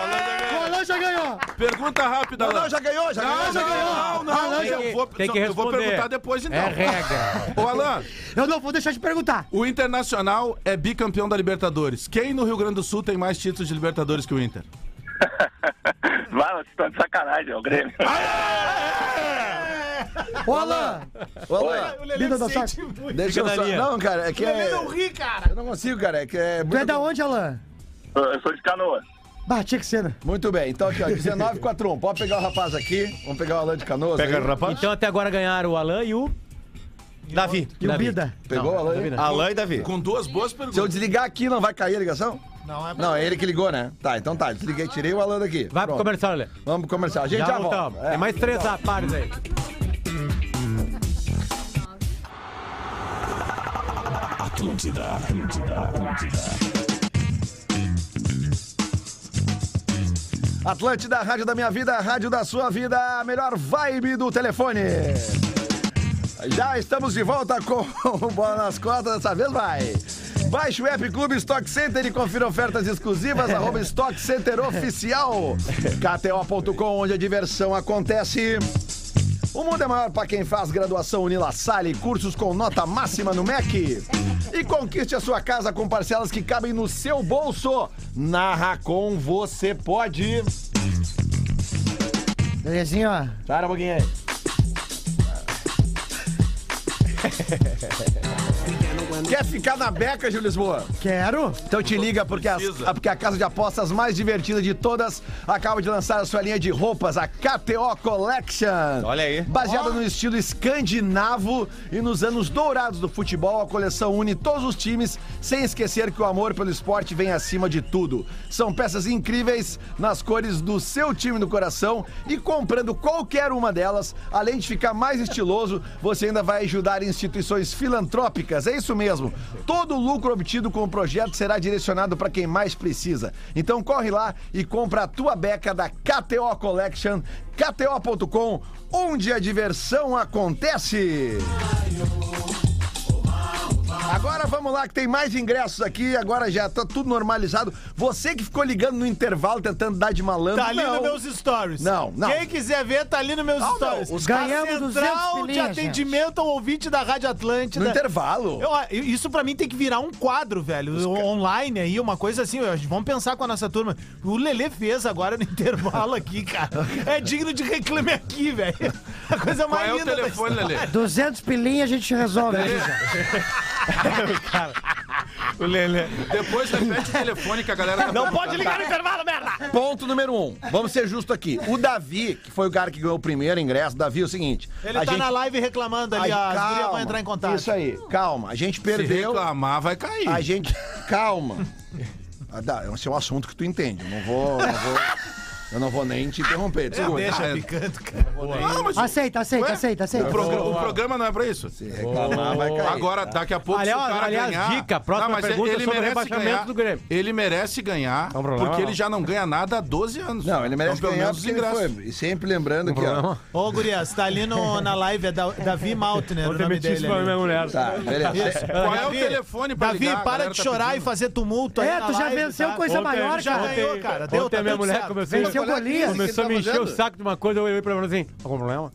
O Alan já ganhou. Pergunta rápida, Não, Alan. já ganhou, já ganhou, já ganhou. Não, não, Alan, eu vou, tem que eu vou responder. perguntar depois então. É regra. Ô, Alan, Eu não vou deixar de perguntar. o Internacional é bicampeão da Libertadores. Quem no Rio Grande do Sul tem mais títulos de Libertadores que o Inter? Vai, vocês estão de sacanagem, é o Grêmio. Ô, Alan. Ô, Alain, O Lelê Vida da se sente sorte. muito. deixa eu só... Pegadinha. Não, cara, é que O Lelê é... não ri, Eu cara. não consigo, cara, é que é... Tu é Muito, da onde, Alan? Eu sou Tá de canoa. Bah, tinha que ser, né? muito bem, então aqui, ó, 1941. Pode pegar o rapaz aqui, vamos pegar o Alain de Canoas. Pega aí. rapaz. Então até agora ganharam o Alan e o. Davi. E o Davi. Bida. Pegou o Alain? Alan e Davi. Com duas boas Se eu perguntas. desligar aqui, não vai cair a ligação? Não é pra... Não, é ele que ligou, né? Tá, então tá, desliguei, tirei o Alain daqui. Vai pro Pronto. comercial, Lê. Vamos pro comercial. A gente já, Já volta. voltamos. É. Tem mais três apares aí. Atlântida, Atlântida, Atlântida. Atlântida, rádio da minha vida, rádio da sua vida, a melhor vibe do telefone. Já estamos de volta com o Bola nas Costas, dessa vez vai. Baixe o app Clube Stock Center e confira ofertas exclusivas, arroba Stock Center Oficial. KTO.com, onde a diversão acontece. O mundo é maior para quem faz graduação Unilassalle, cursos com nota máxima no MEC. E conquiste a sua casa com parcelas que cabem no seu bolso. Na Racon você pode. Belezinha, ó. Para um pouquinho aí. Quer ficar na beca, Gil Lisboa? Quero. Então te liga, porque, as- a, porque a casa de apostas mais divertida de todas acaba de lançar a sua linha de roupas, a KTO Collection. Olha aí. Baseada no estilo escandinavo e nos anos dourados do futebol, a coleção une todos os times, sem esquecer que o amor pelo esporte vem acima de tudo. São peças incríveis nas cores do seu time do coração e comprando qualquer uma delas, além de ficar mais estiloso, você ainda vai ajudar instituições filantrópicas. É isso mesmo. Todo o lucro obtido com o projeto será direcionado para quem mais precisa. Então corre lá e compra a tua beca da KTO Collection, kto.com, onde a diversão acontece. Agora vamos lá, que tem mais ingressos aqui. Agora já tá tudo normalizado. Você que ficou ligando no intervalo tentando dar de malandro. Tá ali não. nos meus stories. Não, não. Quem quiser ver, tá ali nos meus Não, stories. não, os a caras- central 200 de pilinhas, atendimento ao ouvinte da Rádio Atlântida. No intervalo. Eu- isso pra mim tem que virar um quadro, velho. Online aí, uma coisa assim. ó, Vamos pensar com a nossa turma. O Lelê fez agora no intervalo aqui, cara. É digno de reclame aqui, velho. A coisa mais é o linda da telefone, história. Lelê? 200 pilinha a gente resolve. aqui já. O Lelê. Depois repete o telefone que a galera Não pode ligar no intervalo, merda! Ponto número um. Vamos ser justos aqui. O Davi, que foi o cara que ganhou o primeiro ingresso, Davi é o seguinte. Ele a tá gente- na live reclamando ali, a- a as gurias vão calma, entrar em contato. Isso é aí, calma. A gente Se perdeu. reclamar, vai cair. A gente. Calma. Ah, dá, Esse é um assunto que tu entende. Eu não vou. não vou- eu não vou nem te interromper. Desculpa. Deixa Ah, é. picando, cara. Não, mas Aceita, aceita, Ué? aceita, aceita. o, programa- o programa não é pra isso. Reclamar vai cair. Agora, daqui a pouco, Aliás- se o cara aliás, ganhar... dica, próxima mas pergunta sobre o rebaixamento ganhar, do Grêmio. Ele merece ganhar, Não, problema porque ele não. já não ganha nada há 12 anos. Não, ele merece Então, pelo ganhar menos os porque ele ingressos. foi. E sempre lembrando que, é- ó. Ô, Gurias, tá ali no- na live, é da- Davi Maltner, o nome dele. ali. mulher. Tá, beleza. Qual é o telefone pra Davi, ligar? A para galera de tá chorar e pedindo. fazer tumulto aí. É, na tu já live, venceu tá? coisa Ontem- maior, já cara. ganhou, cara. Deu, Ontem tá a minha tudo mulher certo. começou, Venceu o Golias. começou a me encher o saco de uma coisa, eu olhei pra ela assim, algum problema?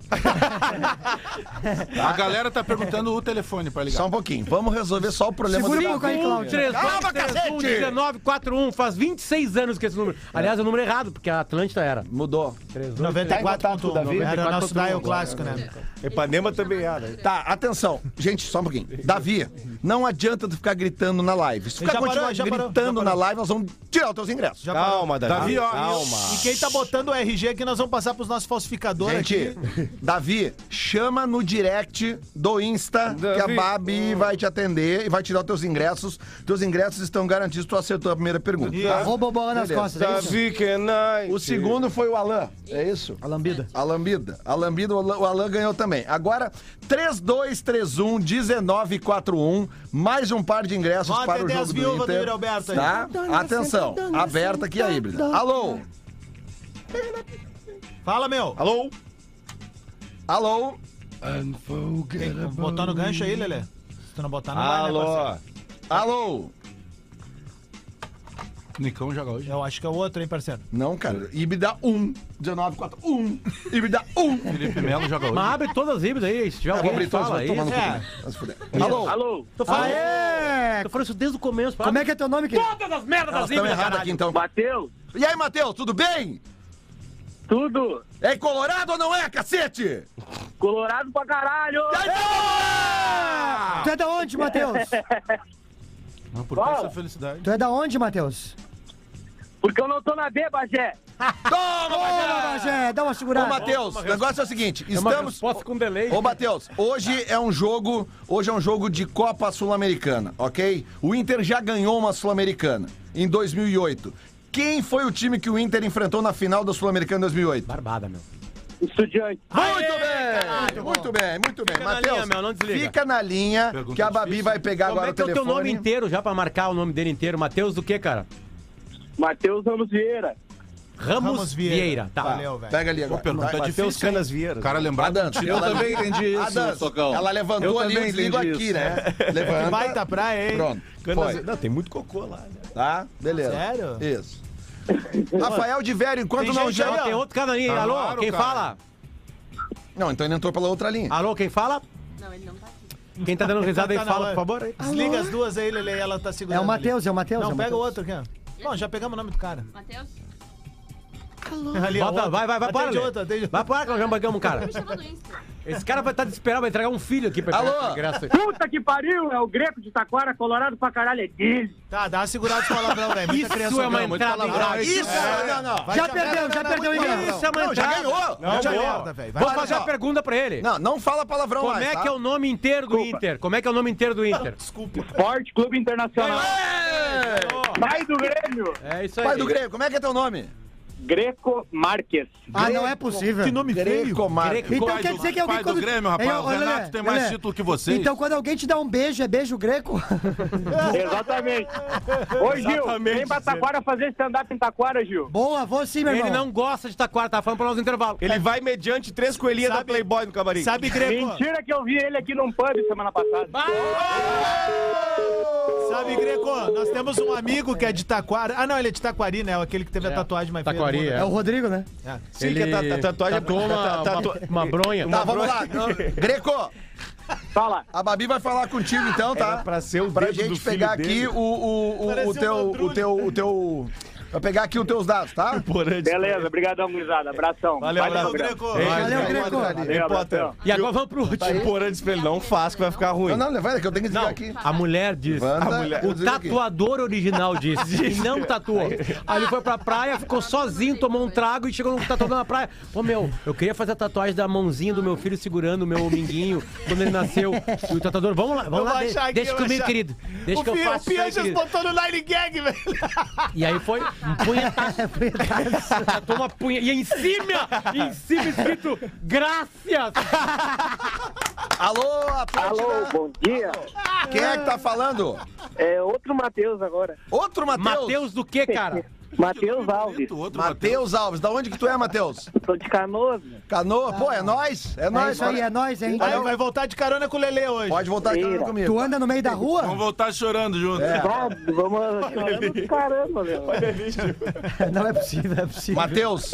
A galera tá perguntando o telefone pra ligar. Só um pouquinho. Vamos resolver só o problema Segura do um pouco aí, Cláudio. 1941, faz 26 anos que esse número. Aliás, é o número errado, porque a Atlântida era. Mudou. 94 Tá Davi. Era o nosso dial clássico, né? Ipanema também é, né? Tá, atenção. Gente, só um pouquinho. Davi, não adianta tu ficar gritando na live. Se tu Ele já ficar parou, continuando já parou, gritando já na live, nós vamos tirar os teus ingressos. Já parou. Calma, Davi. Davi, ó. calma. E quem tá botando o RG aqui, nós vamos passar pros nossos falsificadores Gente, aqui. Davi, chama no direct do Insta que a Babi Hum. vai te atender e vai te dar os teus ingressos. Teus ingressos estão garantidos, tu acertou a primeira pergunta. Arroba o bola nas Beleza. costas. é isso? Davi que night. O segundo foi o Alan, é isso? A Lambida. A Lambida. A Lambida, o Alan- o Alan ganhou também. Agora, 3231 1941, mais um par de ingressos Vamos para o atender jogo as do viúvas do Inter. Yuri Alberto aí. tá? Atenção, aberta aqui a assim, híbrida. Alô? Fala, meu. Alô? Alô? Quem- Botar no gancho aí, Lelê? Se tu não botar, não vai, né, parceiro? Alô. Alô? Nicão joga hoje. Eu acho que é o outro, hein, parceiro? Não, cara. Híbrida 1, 1941. Híbrida 1. Felipe Melo joga hoje. Mas abre todas as híbridas aí, se tiver Eu vou alguém abrir que todos, fala vou aí. tomar no cu. é. também. Vai se fuder. Alô? Alô? Tô falando, tô falando isso desde o começo. Como é que é teu nome, querido? Todas as merdas Elas das estão híbridas, erradas caralho. aqui, então. Matheus, E aí, Matheus, tudo bem? tudo? É em Colorado ou não é, cacete? Colorado pra caralho! E aí, tá Tu é da onde, Matheus? Mas por que essa felicidade? Tu é da onde, Matheus? Porque eu não tô na B, Bagé. bom? Toma, Ô, Bagé! Bagé, dá uma segurada. Ah! Ô, Matheus, o negócio é o seguinte, estamos... Posso com delay. Ô, Matheus, hoje é um jogo, hoje é um jogo de Copa Sul-Americana, ok? O Inter já ganhou uma Sul-Americana em 2008. Quem foi o time que o Inter enfrentou na final da Sul-Americana em 2008? Barbada, meu. Estudiante. Muito bem! muito bem, muito bem. Fica na linha, Matheus, meu, não desliga. fica na linha que a Babi vai pegar Como agora é que é o o teu telefone. nome inteiro já pra marcar o nome dele inteiro? Matheus do que, cara? Matheus Ramos Vieira. Ramos, Ramos Vieira. Vieira. Tá. Valeu, velho. Pega ali Pô, agora. pergunta Vai. difícil. hein? Vieiras. O cara lembrar Adams, do título. tá Eu também entendi isso, Adams, Socão. Ela levantou Eu ali, também desligo entendi aqui, isso. É. né? Levanta. Baita praia, hein? Pronto. Foi. Não, tem muito cocô lá. né? Tá? Beleza. Sério? Isso. Rafael de Velho, enquanto Tem, não gente, já. ó, tem outro cara ali. Tá Alô, no ar, quem cara. fala? Não, então ele entrou pela outra linha. Alô, quem fala? Não, ele não tá aqui. Quem tá dando risada aí, Tá na fala, hora. por favor. aí. Desliga as duas aí, Lele, ela tá segurando. É o ali. Matheus, é o Matheus. é Não, o pega o Matheus. outro aqui. ó. Bom, já pegamos o nome do cara. Matheus? Ali, ó, Bota, outro. vai, vai, vai, para. Atende Lê. outro, atende outro. Vai para que nós já bagamos um cara. Tá Me chama no Insta. Esse cara vai estar desesperado, vai entregar um filho aqui pra Alô? pegar esse ingresso aí. Puta que pariu, é o Greco de Taquara, colorado pra caralho, é dele. Tá, dá uma segurada de palavrão, velho. Muita Isso é uma muito entrada palavrão, grave. isso. não, não. Vai Já te- perdeu, já perdeu o ingresso. Isso é uma Não, já entrada. ganhou. Não, Já não. ganhou. Merda, velho. Vai Vou lá, fazer só. uma pergunta pra ele. Não, não fala palavrão Como mais, é tá? que é o nome inteiro do Inter? Como é que é o nome inteiro do Inter? Desculpa. Esporte Clube Internacional. Ei! Sai do Grêmio. É isso aí. Pai do Grego, como é que é teu nome? Greco Marques. Ah, não é possível. Que nome feio. Comar. Greco. Então Pai quer do- dizer que alguém pai do quando... Grêmio, rapaz. Ei, O ô, Lelé, Renato tem mais é Lelé. título que vocês. Então quando alguém te dá um beijo, é beijo greco? Exatamente. Ô, Gil, Exatamente, vem pra Taquara fazer stand-up em Taquara, Gil. Boa, vou sim, meu Ele irmão. não gosta de taquara, tá falando pra nós no intervalo. Ele vai mediante três coelhinhas da Sabe- Playboy no camarim. Sabe, Greco? Mentira que eu vi ele aqui num pub semana passada. Sabe, Greco? Nós temos um amigo que é de Taquara. Ah, não, ele é de Taquari, né? Aquele que teve a tatuagem mais feia do mundo. Taquari, É o Rodrigo, né? Sim, que a ta- ta- tatuagem... tatuou uma, ta- ta- uma, ta- uma bronha. Tá, vamos lá. Greco, Fala. a Babi vai falar contigo então, tá? Era pra ser o pra dedo do gente filho pegar dele. aqui o, o, o- o, Parecia um teu, o patrulho. teu. O teu. Pra pegar aqui os teus dados, tá? Beleza, obrigadão, gurizada. Abração. Valeu, Valeu, abraço. Greco. Ei, Valeu, Harry Greco. Potter, Harry Valeu, Potter. abração. E agora vamos pro último. Porã disse pra ele, não faz que vai ficar ruim. Não, não, levanta que eu tenho que desligar Não, aqui. a mulher disse. Wanda, A mulher- eu o desligo aqui. tatuador original disse. E não tatuou. Aí ele foi pra praia, ficou sozinho, tomou um trago e chegou no tatuador na praia. Ô meu, eu queria fazer a tatuagem da mãozinha do meu filho segurando o meu minguinho quando ele nasceu. E o tatuador, vamos lá, vamos Eu vou lá. de- achar aqui, deixa eu comigo, achar. querido. Deixa o que eu Pia- o faço. isso aí, Pianjas querido." botou no Nine Gag, velho. E aí foi um punhetaço. Tatuou uma punha. E em cima, em cima escrito, graças. Alô, Atlântida. Alô, bom dia. Quem é que tá falando? É outro Matheus agora. Outro Matheus. Matheus do que, cara? Matheus Alves. Outro Matheus. Matheus Alves, da onde que tu é, Matheus? Sou de Canoas. meu. Canoa? Pô, é nós? É É nós, isso aí, é nóis, hein? Aí vai voltar de carona com o Lelê hoje. Pode voltar aqui Eira. comigo. Tu anda no meio da Vamos rua? voltar chorando junto. É, Ah, Vamos chorando do caramba, meu. Não é possível, não é possível. Matheus,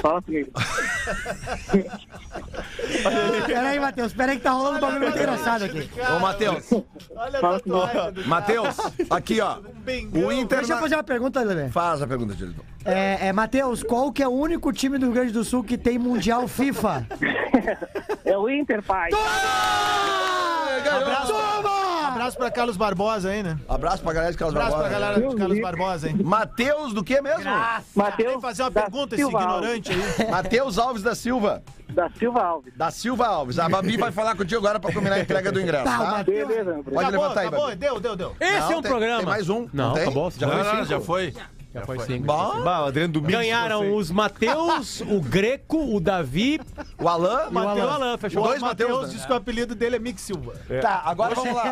Fala comigo. Peraí, Matheus, peraí que tá rolando um bagulho muito engraçado aqui. ô Matheus, Olha a tatuagem do Matheus, aqui ó. Bengão. O Inter. Deixa eu na- fazer uma pergunta, Lelê. Faz a pergunta, Gildo. É, é, Matheus, qual que é o único time do Rio Grande do Sul que tem Mundial FIFA? É o Inter, pai. Ah, Abraço, abraço pra Carlos Barbosa aí, né? Abraço pra galera de Carlos Abraço pra Barbosa. galera de Carlos Barbosa, hein? Matheus do que mesmo? Vem Matheus fazer uma da pergunta, esse Silva Alves. ignorante aí. Matheus Alves da Silva. Da Silva Alves. Da Silva Alves. A Babi vai falar contigo agora pra combinar a entrega do ingresso, Pau, tá? Matheus. Beleza, meu brother. Pode Acabou, levantar aí, acabou, Babi. deu, deu, deu. Esse Não, é um tem- programa. tem mais um. Não, Não tem? acabou. Já já Não, foi não, cinco. já foi. Já foi cinco. Bom, Bah, o Adriano Domingues. Ganharam um. os Matheus, o Greco, o Davi o Alain. e o Alan. né? Alan fechou. Dois né? O Matheus Matheus. diz que o apelido dele é Mick Silva. Tá, agora vamos lá.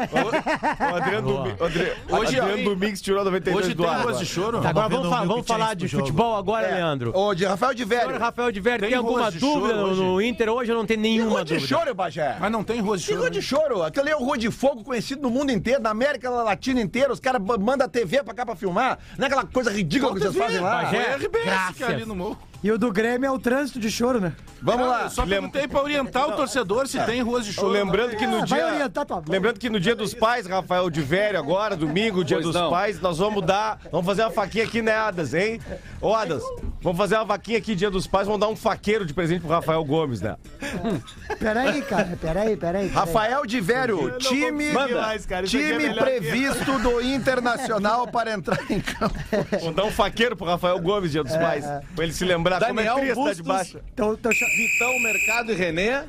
O Adriano, Boa. Domi- o Adri- o Hoje, Adriano ó, Domingues tirou 92 Hoje do tem ar. arroz de choro? Agora vendo vamos, falar- o vamos Vicenço falar no de jogo. futebol agora, Leandro. Ô, de Rafael de Agora, Velho. Rafael de Velho, Tem tem, alguma rosto de dúvida choro no Inter hoje? Eu não tenho Que nenhuma rua de dúvida. choro, Bagé? Mas não tem arroz de Que choro. rua de choro. Aquilo ali é o rua de fogo conhecido no mundo inteiro, na América Latina inteira. Os caras ba- mandam a TV pra cá pra filmar. Não é aquela coisa ridícula que vocês fazem lá. Bagé. É RBS que é Graças. ali no morro. E o do Grêmio é o trânsito de choro, né? Vamos lá. Eu só perguntei pra orientar o torcedor Tá. se tem ruas de choro. Lembrando que no Ah, vai dia... orientar tua Lembrando que no dia dos pais, Rafael de Velho, agora, domingo, dia Pois dos não. pais, nós vamos dar. Vamos fazer uma faquinha aqui, né, Adas, hein? Ô, Adas, vamos fazer uma vaquinha aqui, dia dos pais, vamos dar um faqueiro de presente pro Rafael Gomes, né? Peraí, cara, peraí, peraí. peraí. Rafael de Velho, não time, vou conseguir mais, cara. é Isso aqui é time melhor que- previsto do Internacional para entrar em campo. Vamos dar um faqueiro pro Rafael Gomes, dia dos pais. Pra ele se lembrar como é Daniel triste tá de Bustos. baixa. Então, então, Vitão, Mercado e René.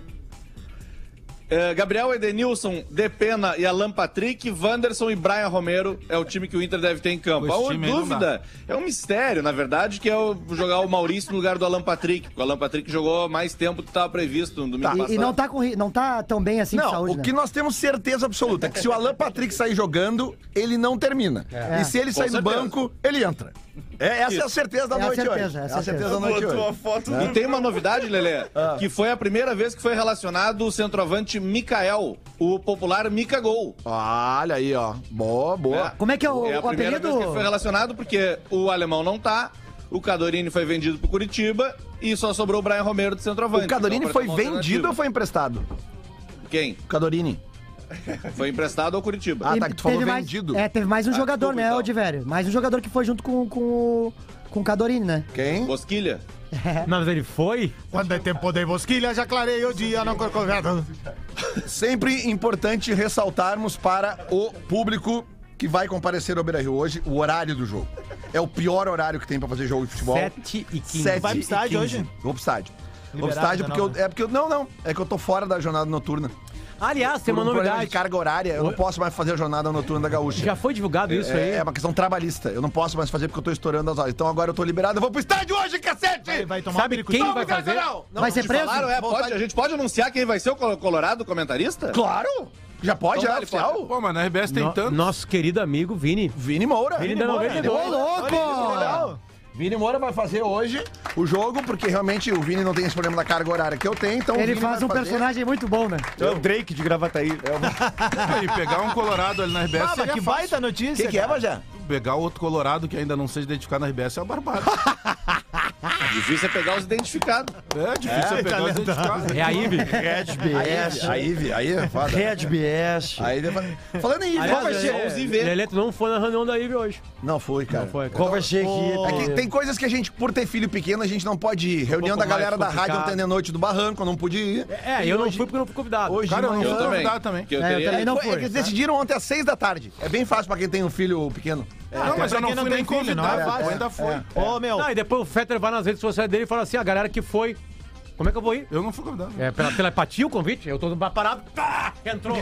Eh, Gabriel Edenilson, Depena e Alan Patrick, Wanderson e Brian Romero é o time que o Inter deve ter em campo. Com esse A time aí não dúvida é um mistério, na verdade, que é o- jogar o Maurício no lugar do Alan Patrick. porque O Alan Patrick jogou mais tempo do que estava previsto no domingo E, passado. e não, tá com, ri- não tá tão bem assim de Não, saúde, o né? que nós temos certeza absoluta é que se o Alan Patrick sair jogando, ele não termina. É. E se ele Com sair do certeza. banco, ele entra. É, essa é a certeza da É a noite certeza, hoje. é a É a certeza certeza. da noite Botou a hoje. foto Né? É. E tem uma novidade, Lelê, Ah. que foi a primeira vez que foi relacionado o centroavante Mikael, o popular Mika Gol. Olha aí, ó. Boa, boa. Como é que é o- É a o primeira apelido? vez que ele foi relacionado, porque o alemão não tá, o Cadorini foi vendido pro Curitiba e só sobrou o Brian Romero do centroavante. O Cadorini Então, pra foi tomar vendido ou alternativa. foi emprestado? Quem? O Cadorini. Foi emprestado ao Curitiba. Ah, tá, que tu falou Teve mais- vendido. É, teve mais um Ah, jogador, desculpa, né, então. Odivério? Mais um jogador que foi junto com, com, o- com o Cadorini, né? Quem? Bosquilha. Mas ele foi? Quando é tempo de bosquilha, já clarei o dia, não corcovado. Sempre importante ressaltarmos para o público que vai comparecer ao Beira-Rio hoje o horário do jogo. É o pior horário que tem pra fazer jogo de futebol. 7 e 15. Sete Vai pro e estádio 15. hoje? Vou pro estádio. Vou pro Liberado, estádio porque eu, não, né? é porque eu, não, não, é que eu tô fora da jornada noturna. Aliás, tem Por uma um problema de novidade. carga horária, eu não Oi. posso mais fazer a jornada noturna da Gaúcha. Já foi divulgado isso aí? é, é uma questão trabalhista. Eu não posso mais fazer porque eu tô estourando as horas. Então agora eu tô liberado. Eu vou pro estádio hoje, cacete! Vai, vai tomar Sabe um quem vai fazer? Vai ser Te preso? Falaram, é, pode, a gente pode anunciar quem vai ser o colo- Colorado comentarista? Claro! Já pode, Então já é dá-lhe, oficial. Pô, mas na RBS tem No- tanto. Nosso querido amigo Vini. Vini Moura. Vini da Moura. 92. Ô, louco! Vini Moura vai fazer hoje o jogo, porque realmente o Vini não tem esse problema da carga horária que eu tenho, então o Ele Vini faz vai um fazer. personagem muito bom, né? É o Drake de gravataí. E pegar um colorado ali na RBS Ah, mas seria que fácil. baita notícia. Que que é, cara. Bajé? Pegar outro colorado que ainda não seja identificado na RBS é uma barbada. Difícil é pegar os identificados. É difícil é, pegar os identificados. É a Ibe. Red Aí, aí, aí, é foda. Red BS. Aí depois... Falando em Ive, qual vai Aliás, ser? Vamos ir é, ver. Leleto não foi na reunião da Ibe hoje. Não foi, cara. Foi, cara. Qual vai ser É aqui? que tem coisas que a gente, por ter filho pequeno, a gente não pode ir. Reunião da pouco galera mais da rádio complicado. ontem de noite do Barranco, eu não pude ir. É, eu não fui porque eu não fui convidado. Hoje Cara, de eu não manhã... fui também. convidado também. Que eu É, eu teria- também não Foi, é que fui. eles decidiram ontem às seis da tarde. É bem fácil pra quem tem um filho pequeno. não, mas É, pra eu não quem não fui tem nem filho, não é convidado. fácil. eu ainda fui. Ô, meu. Não, e depois o Fetter vai nas redes sociais dele e fala assim: a galera que foi, como é que eu vou ir? Eu não fui convidado. É pela telepatia o convite? Eu tô parado, pá, entrou.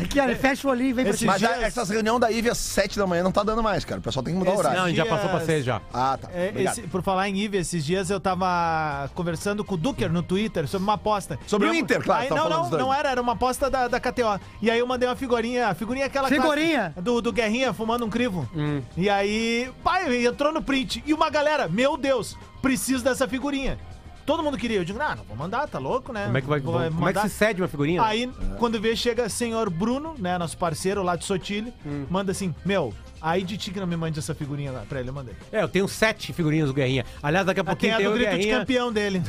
Aqui, ó, ele fecha o olhinho e vem pra Esse cima. Mas é a- essas reuniões da IVE às sete da manhã não tá dando mais, cara. O pessoal tem que mudar o Esse- horário. Não, já passou pra seis já. Ah, tá. É, Obrigado. esse- por falar em Ive, esses dias eu tava conversando com o Duker no Twitter sobre uma aposta. Sobre E o eu- Inter, claro, Aí, tava não, falando não, dos dois. não era, era uma aposta da, da KTO. E aí eu mandei uma figurinha, a figurinha é aquela Figurinha? clássica do, do Guerrinha fumando um crivo. E aí, pai, entrou no print. E uma galera, meu Deus, preciso dessa figurinha. Todo mundo queria. Eu digo, ah, não vou mandar, tá louco, né? Como é que vai. Vou Como é que mandar. se cede uma figurinha? Aí, quando vê, chega senhor Bruno, né, nosso parceiro lá de Sotile, manda assim, meu, aí de ti que não me mande essa figurinha lá pra ele, eu mandei. É, eu tenho sete figurinhas do Guerrinha. Aliás, daqui a Aqui pouquinho é tem do o grito de Guerrinha. campeão dele.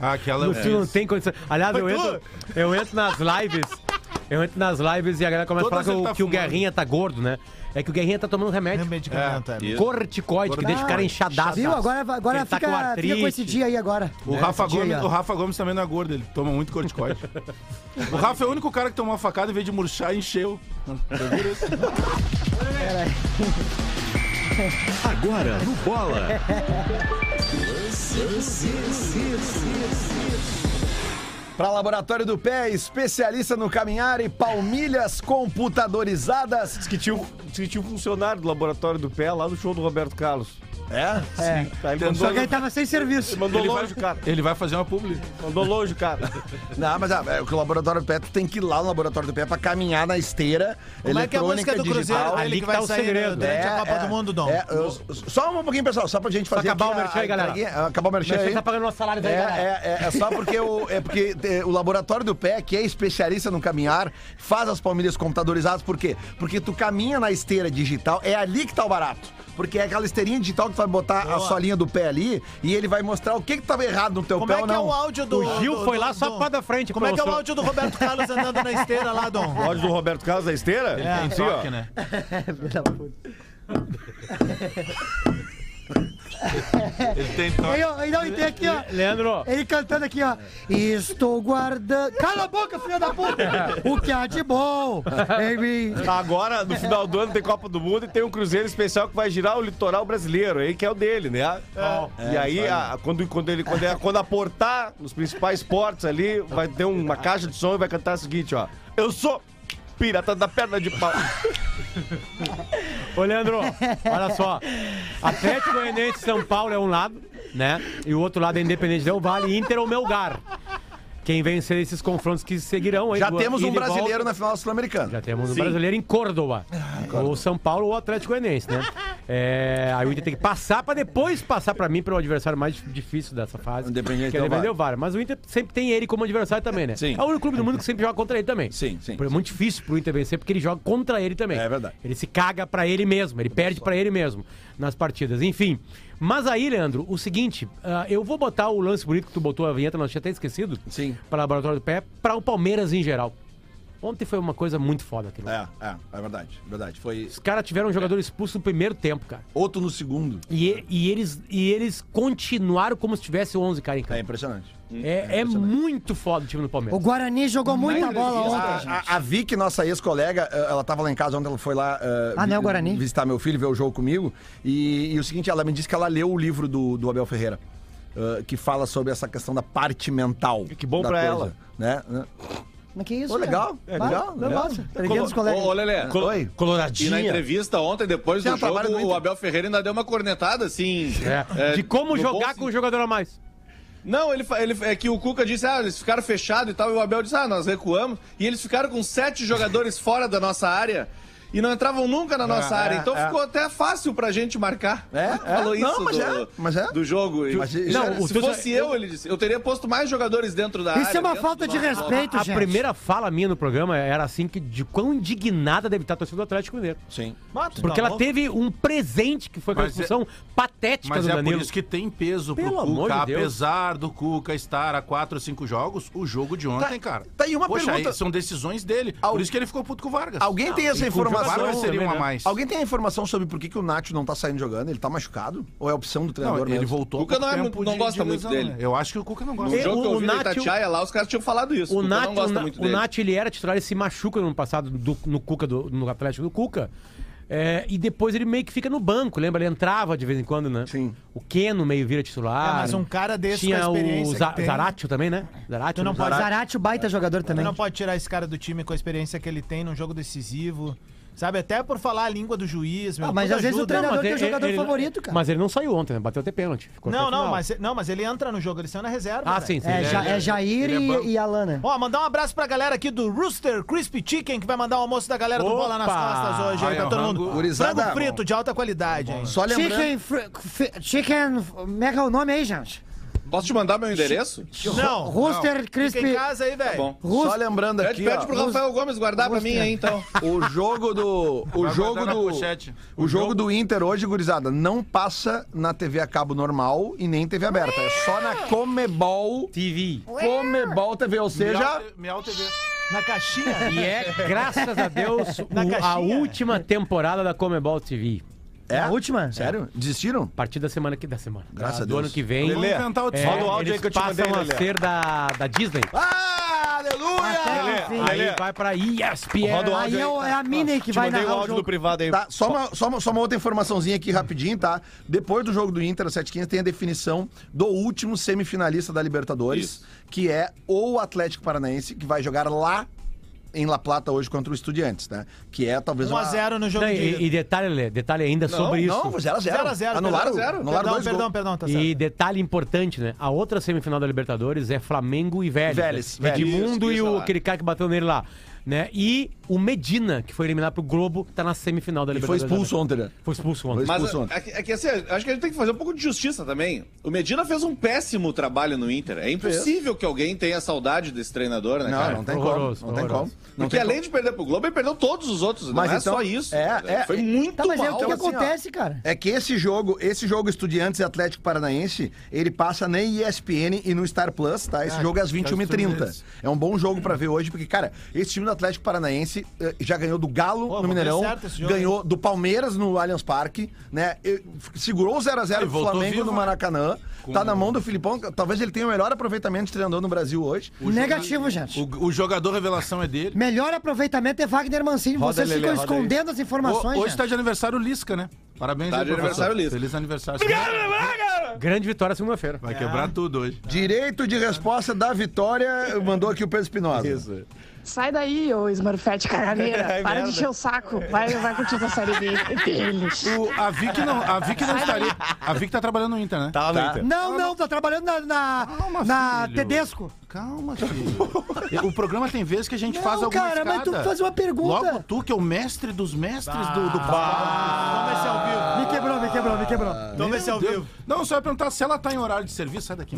Ah, aquela No eu fim não fiz. tem condição. Aliás, eu Foi tu? entro, eu entro nas lives. Eu entro nas lives e a galera começa a Todas falar que, ele o- tá que o fumando. Guerrinha tá gordo, né? É que o Guerrinha tá tomando remédio. É medicamento, é. Isso. Corticoide, que deixa o cara enxadaço. Viu? Agora, vai- agora Ah, Ele fica, tá com com fica com esse artrite. dia aí agora. O Rafa, Esse dia Gomes, aí, ó. o Rafa Gomes também não é gordo, ele toma muito corticoide. o Rafa é o único cara que tomou uma facada em vez de murchar, encheu. Agora no Bola. Para Laboratório do Pé, especialista no caminhar e palmilhas computadorizadas. Diz que tinha um, diz que tinha um funcionário do laboratório do pé lá no show do Roberto Carlos. É? É. Aí ele Só mandou, que ele tava sem serviço. mandou Ele vai, longe o cara. ele vai fazer uma publi. Mandou longe o cara. Não, mas ah, é, o Laboratório do Pé, tu tem que ir lá no Laboratório do Pé pra caminhar na esteira Como é que é a eletrônica música do digital. Cruzeiro Ali dele que que tá vai o sair segredo. durante a Copa do Mundo, Dom? é, eu- só um pouquinho, pessoal, só pra gente fazer acabar aqui o merchan aí, a- galera. a- Acabar o merchan Você aí. tá pagando nosso salário É, da galera. é, é, é só porque o, é porque é, o laboratório do pé, que é especialista no caminhar, faz as palmilhas computadorizadas, por quê? Porque tu caminha na esteira digital, é ali que tá o barato. Porque é aquela esteirinha digital que tu vai botar a solinha do pé ali e ele vai mostrar o que que tava errado no teu Como pé é que ou não. é o áudio do... O Gil do- foi do- lá só do- pra da frente, Como é que é o professor. áudio do Roberto Carlos andando na esteira lá, Dom? Longe do Roberto Carlos da É. esteira? É. Sim, ó. né? Ele tem Aí, ó, aí não, e tem aqui, ó. Leandro. Ele cantando aqui, ó. Estou guardando. Cala a boca, filha da puta! O que há de bom em mim. Tá, Agora, no final do ano, tem Copa do Mundo e tem um cruzeiro especial que vai girar o litoral brasileiro, aí que é o dele, né? É. e É, aí, sabe. a- quando, quando, ele, quando, é- quando aportar nos principais portos ali, vai ter uma caixa de som e vai cantar o seguinte, ó. Eu sou pirata da perna de pau. Ô, Leandro, olha só. Atlético Goianiense e São Paulo é um lado, né? E o outro lado é Independente Del Vale, Inter ou Melgar. Quem vencer esses confrontos que seguirão aí. Já do- temos ida um e volta. brasileiro na final sul-americana. Já temos um brasileiro Ah, em Córdoba. Ou São Paulo ou Atlético Goianiense, né? É, aí o Inter tem que passar pra depois passar pra mim, para o adversário mais difícil dessa fase. Independente que é Del Valle. Del Valle. Mas o Inter sempre tem ele como adversário também, né? Sim. É o único clube do mundo que sempre joga contra ele também. Sim, sim. É muito difícil pro Inter vencer porque ele joga contra ele também. É verdade. Ele se caga pra ele mesmo, ele perde pra ele mesmo nas partidas. Enfim. Mas aí, Leandro, o seguinte, ah, eu vou botar o lance bonito que tu botou a vinheta, nós tinha até esquecido. Sim. Para Laboratório do Pé, para o Palmeiras em geral. Ontem foi uma coisa muito foda aquilo. É, é, é verdade, verdade. Foi Os caras tiveram um jogador expulso no primeiro tempo, cara. Outro no segundo. E, e- e eles, e eles continuaram como se tivesse 11 cara em campo. É impressionante. É, muito foda o time do Palmeiras. O Guarani jogou muita Mas, bola a- ontem, gente. A, a Vicky, nossa ex-colega, eh, ela tava lá em casa ontem, ela foi lá eh, Ah, não é o vi- Guarani? visitar meu filho, ver o jogo comigo. E, e o seguinte, ela me disse que ela leu o livro do, do Abel Ferreira. eh, que fala sobre essa questão da parte mental. Que bom pra ela. Né? né? Mas que isso? Ô, cara? legal, é Vai, legal, vai, legal. vai. Tá ligado os colegas? Ô, ô, Lelé. Colo- Oi. E na Coloradinha. entrevista ontem, depois Tem do um trabalho jogo, do o Abel Ferreira ainda deu uma cornetada, assim. É, de como jogar com o jogador a mais. Não, ele, fa- ele é que o Cuca disse, ah, eles ficaram fechados e tal, e o Abel disse, ah, nós recuamos. E eles ficaram com sete jogadores fora da nossa área. E não entravam nunca na nossa É, área, é, então é. ficou até fácil pra gente marcar. É, é. Falou isso Não, mas do, é, mas é. do jogo. E- Mas, e não, se o é se teu- fosse eu, ele disse, eu teria posto mais jogadores dentro da área. é dentro do nosso bloco. a, a primeira fala minha no programa era assim que de quão indignada deve estar a torcida do Atlético Mineiro. Sim. Porque ela teve um presente que foi com a Mas é- expulsão patética Mas do é Danilo. por isso que tem peso pro Pelo amor de Cuca. Deus. apesar do Cuca estar a 4 ou 5 jogos, o jogo de ontem, cara. tá aí uma Poxa, pergunta. aí são decisões dele. Por isso que ele ficou puto com o Vargas. Alguém tem essa informação? Vargas seria um a mais. Alguém tem a informação sobre por que, que o Nacho não tá saindo jogando? Ele tá machucado? Ou é opção do treinador Não, ele mesmo? voltou há Cuca não é pouco muito- tempo não de- gosta de muito lesão, dele. né? Eu acho que o Cuca não gosta. No jogo que eu vi na Nacho- Itatiaia lá, os caras tinham falado isso. O Cuca Nath, não gosta o, Na- muito o dele. Nath, ele era titular, ele se machuca no ano passado do- no, Cuca do- no Atlético do Cuca. É, e depois ele meio que fica no banco, lembra? Ele entrava de vez em quando, né? Sim. O Keno meio vira titular. É, mas um cara desse Tinha com a experiência o que Za tem. Zaratio também, né? Zaratio. Tu não né? pode- Zarate, o baita jogador Tu também. não pode tirar esse cara do time com a experiência que ele tem num jogo decisivo. Sabe, até por falar a língua do juiz, meu. Ah, mas tudo às vezes o ajuda. né? treinador Não, mas tem o ele- jogador ele- favorito, cara. Mas ele não saiu ontem, né? Bateu até pênalti. ficou até Não, o não, final. mas, não, mas ele entra no jogo, ele saiu na reserva. Ah, velho. sim, sim. É, Ja- é Jair ele é banco. e, e Alana. Ó, mandar um abraço pra galera aqui do Rooster Crispy Chicken, que vai mandar o almoço da galera do Bola nas Opa! Costas hoje aí Ai, pra é todo rango. mundo. Gurizada, Frango frito de alta qualidade, hein? Só Chicken, fr- fi- chicken. Como é que é o nome aí, gente? Posso te mandar meu endereço? Não. Rooster Não. Crispy- Fica em casa aí, velho. Bom, Rooster- Só lembrando Pede- aqui, Pede ó, pro Rafael Gomes guardar pra mim aí, então. O jogo do. O Vai jogo guardar na do. pochete. O jogo do Inter hoje, gurizada, não passa na TV a cabo normal e nem TV aberta. É só na Comebol. TV. Comebol TV, ou seja. Miau TV. Na caixinha. E é, graças a Deus, Na o- a caixinha. última temporada da Comebol TV. É? A última? Sério? Desistiram? A partir da semana que da semana. Graças da- a Do Deus. ano que vem. Lelê, é, Vamos inventar o- Fala o áudio aí eles que eu te passam mandei, a Lelê. ser da, da Disney. Ah, aleluia! Aí vai pra ESPN. Roda o áudio Aí é o- aí. é a Minnie que Te vai mandei narrar o o áudio jogo. do privado aí. Tá, só, uma, só, uma, só uma outra informaçãozinha aqui rapidinho, tá? Depois do jogo do Inter, às 7h15, tem a definição do último semifinalista da Libertadores, que é o Atlético Paranaense, que vai jogar lá em La Plata hoje contra o Estudiantes, né? Que é talvez um uma... Não, e, e detalhe, Lelê, detalhe ainda Não, sobre isso. não, 0 a Ah, 0. 0 a 0, Anularam- 0 a 0. anularam Perdão, dois perdão, gols. perdão, tá certo. E detalhe importante, né? A outra semifinal da Libertadores é Flamengo e Vélez. Vélez, né? Vélez. Edmundo Isso, e isso, é. o, lá. aquele cara que bateu nele lá. Né? E o Medina, que foi eliminado pro Globo, tá na semifinal da E foi Libertadores. expulso ontem, né? Foi expulso ontem. Mas é, que- é que assim, acho que a gente tem que fazer um pouco de justiça também. O Medina fez um péssimo trabalho no Inter. É impossível que alguém tenha saudade desse treinador, né, Não, cara? não tem como, Horroroso, não tem horroroso. como. é Não Porque tem além de perder pro Globo, ele perdeu todos os outros. Mas não é só isso. cara. Foi muito Tá, mas é mal. o que, que acontece, cara? É que esse jogo, esse jogo Estudiantes e Atlético Paranaense, ele passa na ESPN e no Star Plus, tá? Esse Ah, jogo é às tá 21h30. Estudiantes. É um bom jogo pra ver hoje, porque, cara, esse time do do Atlético Paranaense, eh, já ganhou do Galo no vou Mineirão, ver certo esse jogo, ganhou do Palmeiras no Allianz Parque, né? E Segurou o 0x0 E do voltou Flamengo vivo, no né? Maracanã. Com- Tá na mão do Filipão, talvez ele tenha o melhor aproveitamento de treinador no Brasil hoje. O Negativo, gente. O, o jogador revelação é dele. Melhor aproveitamento é Wagner Mancini. Roda, Vocês Lelê, ficam roda aí. escondendo as informações. Ho- hoje gente. tá de aniversário o Lisca, né? Parabéns, Tá aí, de professor. aniversário o Lisca. Feliz aniversário. Grande vitória segunda-feira. É. Vai quebrar tudo hoje. Direito de resposta da vitória, mandou aqui o Pedro Espinosa. Isso. Sai daí, ô Smurfette caganeira. É Para merda. de encher o saco. Vai, vai curtir essa série B deles. O, a Vic não, a Vic não Sai daí. estaria. A Vic tá trabalhando no Inter, né? Tá lá no Inter. Não, não, tá trabalhando na, na, na filho. Tedesco. Calma, filho. O programa tem vezes que a gente Não, faz alguma cara, mas tu escada. faz uma pergunta. Logo tu, que é o mestre dos mestres do, do Toma esse ao vivo. Me quebrou, me quebrou, me quebrou. Toma esse ao Deus. vivo. Não, só ia perguntar se ela tá em horário de serviço, sai daqui.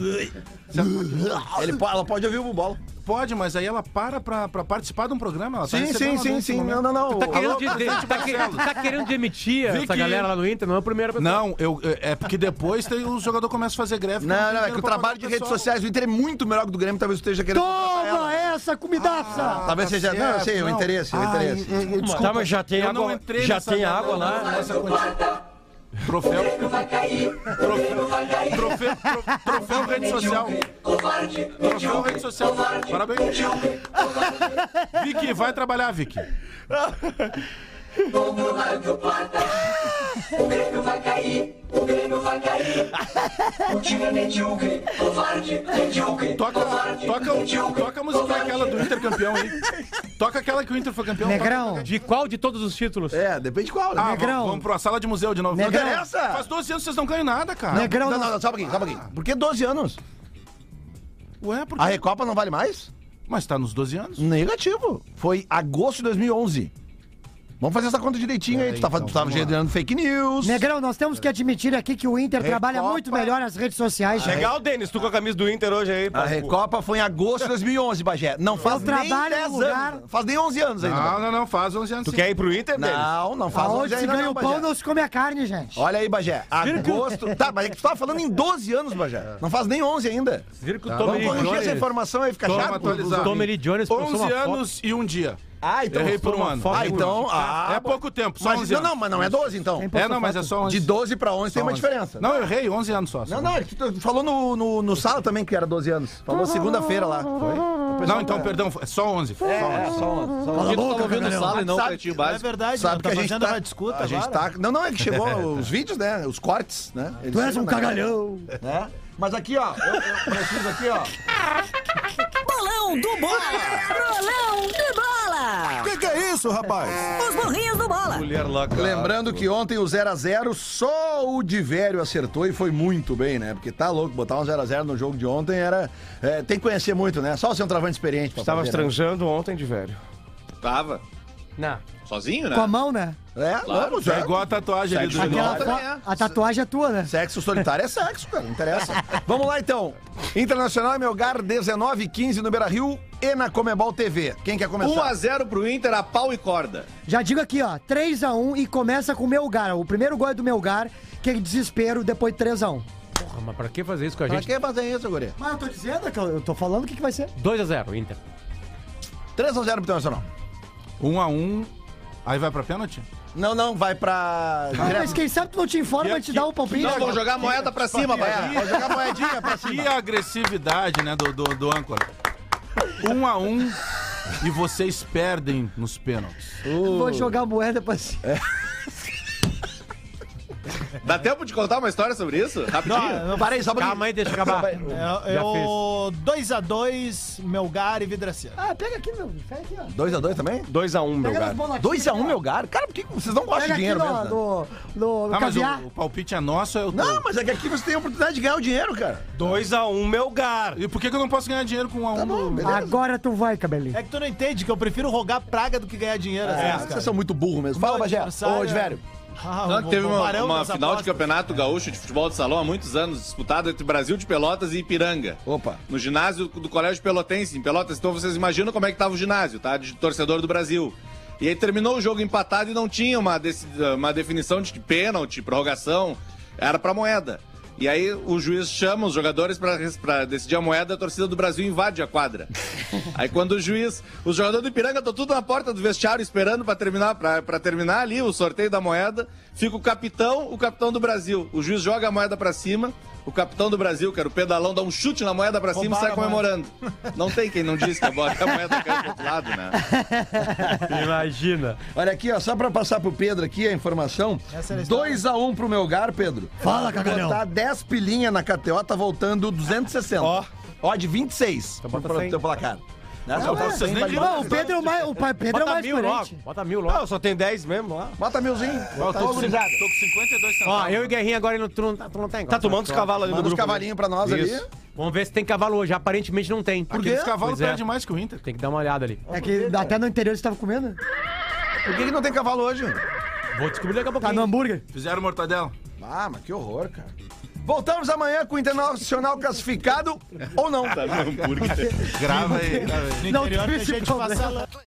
Se ela- Ele po- ela pode ouvir o Bubola. Pode, mas aí ela para pra, pra participar de um programa? Ela tá Sim, recebendo sim, um sim, anúncio sim. no Não, momento. não, não. Tá querendo, Alô, de, de- tá, é que- tá querendo demitir Vê essa que- galera lá no Inter, não é a primeira pessoa. Não, eu, é é porque depois tem, o jogador começa a fazer greve. Não, não, é que o trabalho de redes redes sociais do Inter é muito melhor que o do Grêmio, talvez eu esteja querendo. contratar ela. Toma essa comidaça! Talvez seja. não, eu sei, o Tá não. é, interesse, o interesse. Tá, mas já tem Eu não água, entrei já nessa- tem água lá. Troféu. Troféu. Troféu. tro- Troféu rede social. Troféu rede social. Parabéns. Vicky, vai trabalhar, Vicky. é Toca, toca, toca a musiquinha aquela do Inter campeão aí. Toca aquela que o Inter foi campeão. Negrão. De qual de todos os títulos? É, depende de qual, né? Ah, Negrão. vamos, vamos pra sala de museu de novo. Negrão. Não interessa. Faz 12 anos que vocês não ganham nada, cara. Negrão, Não, não- não, não, só um pouquinho, só um pouquinho. Por que 12 anos? Ué, por A quê? Recopa não vale mais? Mas tá nos 12 anos. Negativo. Foi agosto de 2011. Vamos fazer essa conta direitinho aí. Tu tá, tu tá gerando fake news. Negrão, nós temos que admitir aqui que o Inter trabalha Recopa. muito melhor as redes sociais. gente. Legal, Denis, tu com a camisa do Inter hoje aí. A pau no cu. Recopa foi em agosto de 2011, Bagé. Não faz nem trabalho no 10 lugar- anos. Faz nem 11 anos ainda. Não, não, não, faz 11 anos. Tu sim. quer ir pro Inter, Denis? Não, não faz Aonde 11 se ainda ganha não, o pão, Bagé. não se come a carne, gente. Olha aí, Bagé. Agosto. tá, mas é que tu tava falando em 12 anos, Bagé. Não faz nem 11 ainda. Vocês viram que o Vamos Tommy Lee corrigir essa Jones... informação aí, fica Vamos chato. atualizar. Tommy Lee Jones postou 11 uma foto- anos e um dia. Ah, então. Errei por um uma ano. foto Ah, então. Ah, é pouco tempo, só Mas, 11 não, anos. não, mas não é 12, então. É, não, mas é só 11. De 12 pra 11 tem uma diferença. Não, eu errei, 11 anos só. Não, não, é que tu falou no, no, no sala também que era 12 anos. Falou segunda-feira lá. Não, então, perdão, é só 11. Só 11. Só um, só um. Porque tu tava ouvindo sala e não o Sabe- pretinho Não é básico. verdade, Sabe não, que a tá gente fazendo tá, uma disputa a gente agora. tá, não, não é que chegou os vídeos, né? Os cortes, né? Eles Tu és chegam um na- cagalhão. né? Mas aqui, ó, eu, eu preciso aqui, ó. Bolão do Bola! Bolão do Bola! Que que é isso, rapaz? Os burrinhos do Bola! Mulher lá, cara. Lembrando que ontem o 0 a 0 só o Divério acertou e foi muito bem, né? Porque tá louco, botar um 0 a 0 no jogo de ontem era é, tem que conhecer muito, né? Só o centroavante experiente pra Estava fazer, né? estranjando ontem de velho. Tava. Não. Sozinho, né? Com a mão, né? É, vamos, É é. igual a tatuagem ali do Sexo Genial. Aquela Não, fo- é. A tatuagem é tua, né? Sexo solitário é sexo, cara, não interessa. Vamos lá então. Internacional e Melgar 19 15 no Beira-Rio e na Comebol TV. Quem quer começar? 1x0 pro Inter, Um a pau e corda. Já digo aqui, ó, 3x1 e começa com o Melgar. O primeiro gol é do Melgar, que é desespero, depois 3x1. Porra, mas pra que fazer isso com a Pra gente? que fazer isso, guri? Mas eu tô dizendo, que eu, eu tô falando o que, que vai ser. 2x0, Inter. 3 a 0 pro Internacional. 1 a 1 Aí vai pra pênalti? Não, não, vai pra. Ah, mas quem sabe tu não te informa, vai te dar o palpite. Não, vão jogar a moeda pra cima, Bagé. Vai jogar moedinha pra Que cima. agressividade, né, do, do, do âncora. 1 a 1 e vocês perdem nos pênaltis. Vou jogar a moeda pra cima. Dá tempo de contar uma história sobre isso? Ah, Rapidinho. Não, Parei, só pra Calma aí, deixa eu acabar. É, é o 2x2, Melgar e Vidraceiro. Ah, pega aqui, meu. Pega aqui, ó. 2x2 também? 2x1, meu Pega cara. nas bolotinhas. 2x1, meu gar. Cara, por que vocês não gostam Pega de aqui dinheiro mesmo? no, né? no, no, no Ah, mas caviar. o, o palpite é nosso, é o Não, mas é que aqui você tem a oportunidade de ganhar o dinheiro, cara. 2x1, meu cara. E por que, que eu não posso ganhar dinheiro com 1 a 1 bom, do... beleza. Agora tu vai, cabelinho. É que tu não entende que eu prefiro rogar praga do que ganhar dinheiro. às É, vezes, cara. vocês são muito burros mesmo. Fala, Meu Bagé. adversário Ô, é- velho. Ah, Não, o- que teve o uma, Barão uma das final de apostas. campeonato gaúcho de futebol de salão há muitos anos, disputada entre Brasil de Pelotas e Ipiranga. Opa. No ginásio do Colégio Pelotense, em Pelotas. Então vocês imaginam como é que tava o ginásio, tá? De torcedor do Brasil. E aí terminou o jogo empatado e não tinha uma, deci- uma definição de pênalti, prorrogação. Era pra moeda. E aí o juiz chama os jogadores para decidir a moeda, a torcida do Brasil invade a quadra. Aí quando o juiz, os jogadores do Ipiranga estão tudo na porta do vestiário esperando para terminar, pra, pra terminar ali o sorteio da moeda, fica o capitão, o capitão do Brasil. O juiz joga a moeda para cima, o capitão do Brasil, que era o pedalão, dá um chute na moeda para cima e sai Roubaram a comemorando. Não tem quem não disse que a bola- a moeda caiu pro outro lado, né? Imagina. Olha aqui, ó, só pra passar pro Pedro aqui a informação. Essa era a história. 2x1 pro meu lugar, Pedro. Fala, Se Cagalhão. botar 10 pilinha na KTO, tá voltando 260. Ó. Ó, de 26 então bota pro 100. teu placar. Né? Não, Só é, falta 100 nem pra viram. ganhar. Não, o Pedro é o mais, o pa- Pedro é o Bota mais mil logo, diferente. bota mil Não, logo. Ah, só tem 10 mesmo lá. Bota milzinho. Eu Bota tô, com, gurizada. tô com 52 centavos. Ó, eu e Guerrinha agora não- tu não, tá- tu não tá em Tá tomando os cavalos ali Manda do uns grupo. né? cavalinhos pra nós Isso. ali. Vamos ver se tem cavalo hoje. Aparentemente não tem. Porque esse cavalo Pois é. perde mais que o Inter. Tem que dar uma olhada ali. É que até no interior você tava comendo. Por que, que não tem cavalo hoje? Vou descobrir daqui a pouco. Tá no hambúrguer. Fizeram mortadela. Ah, mas que horror, cara. Voltamos amanhã com o Internacional classificado ou não. Grava aí. grava aí. interior Não tem tem tá esse gente problema. passando.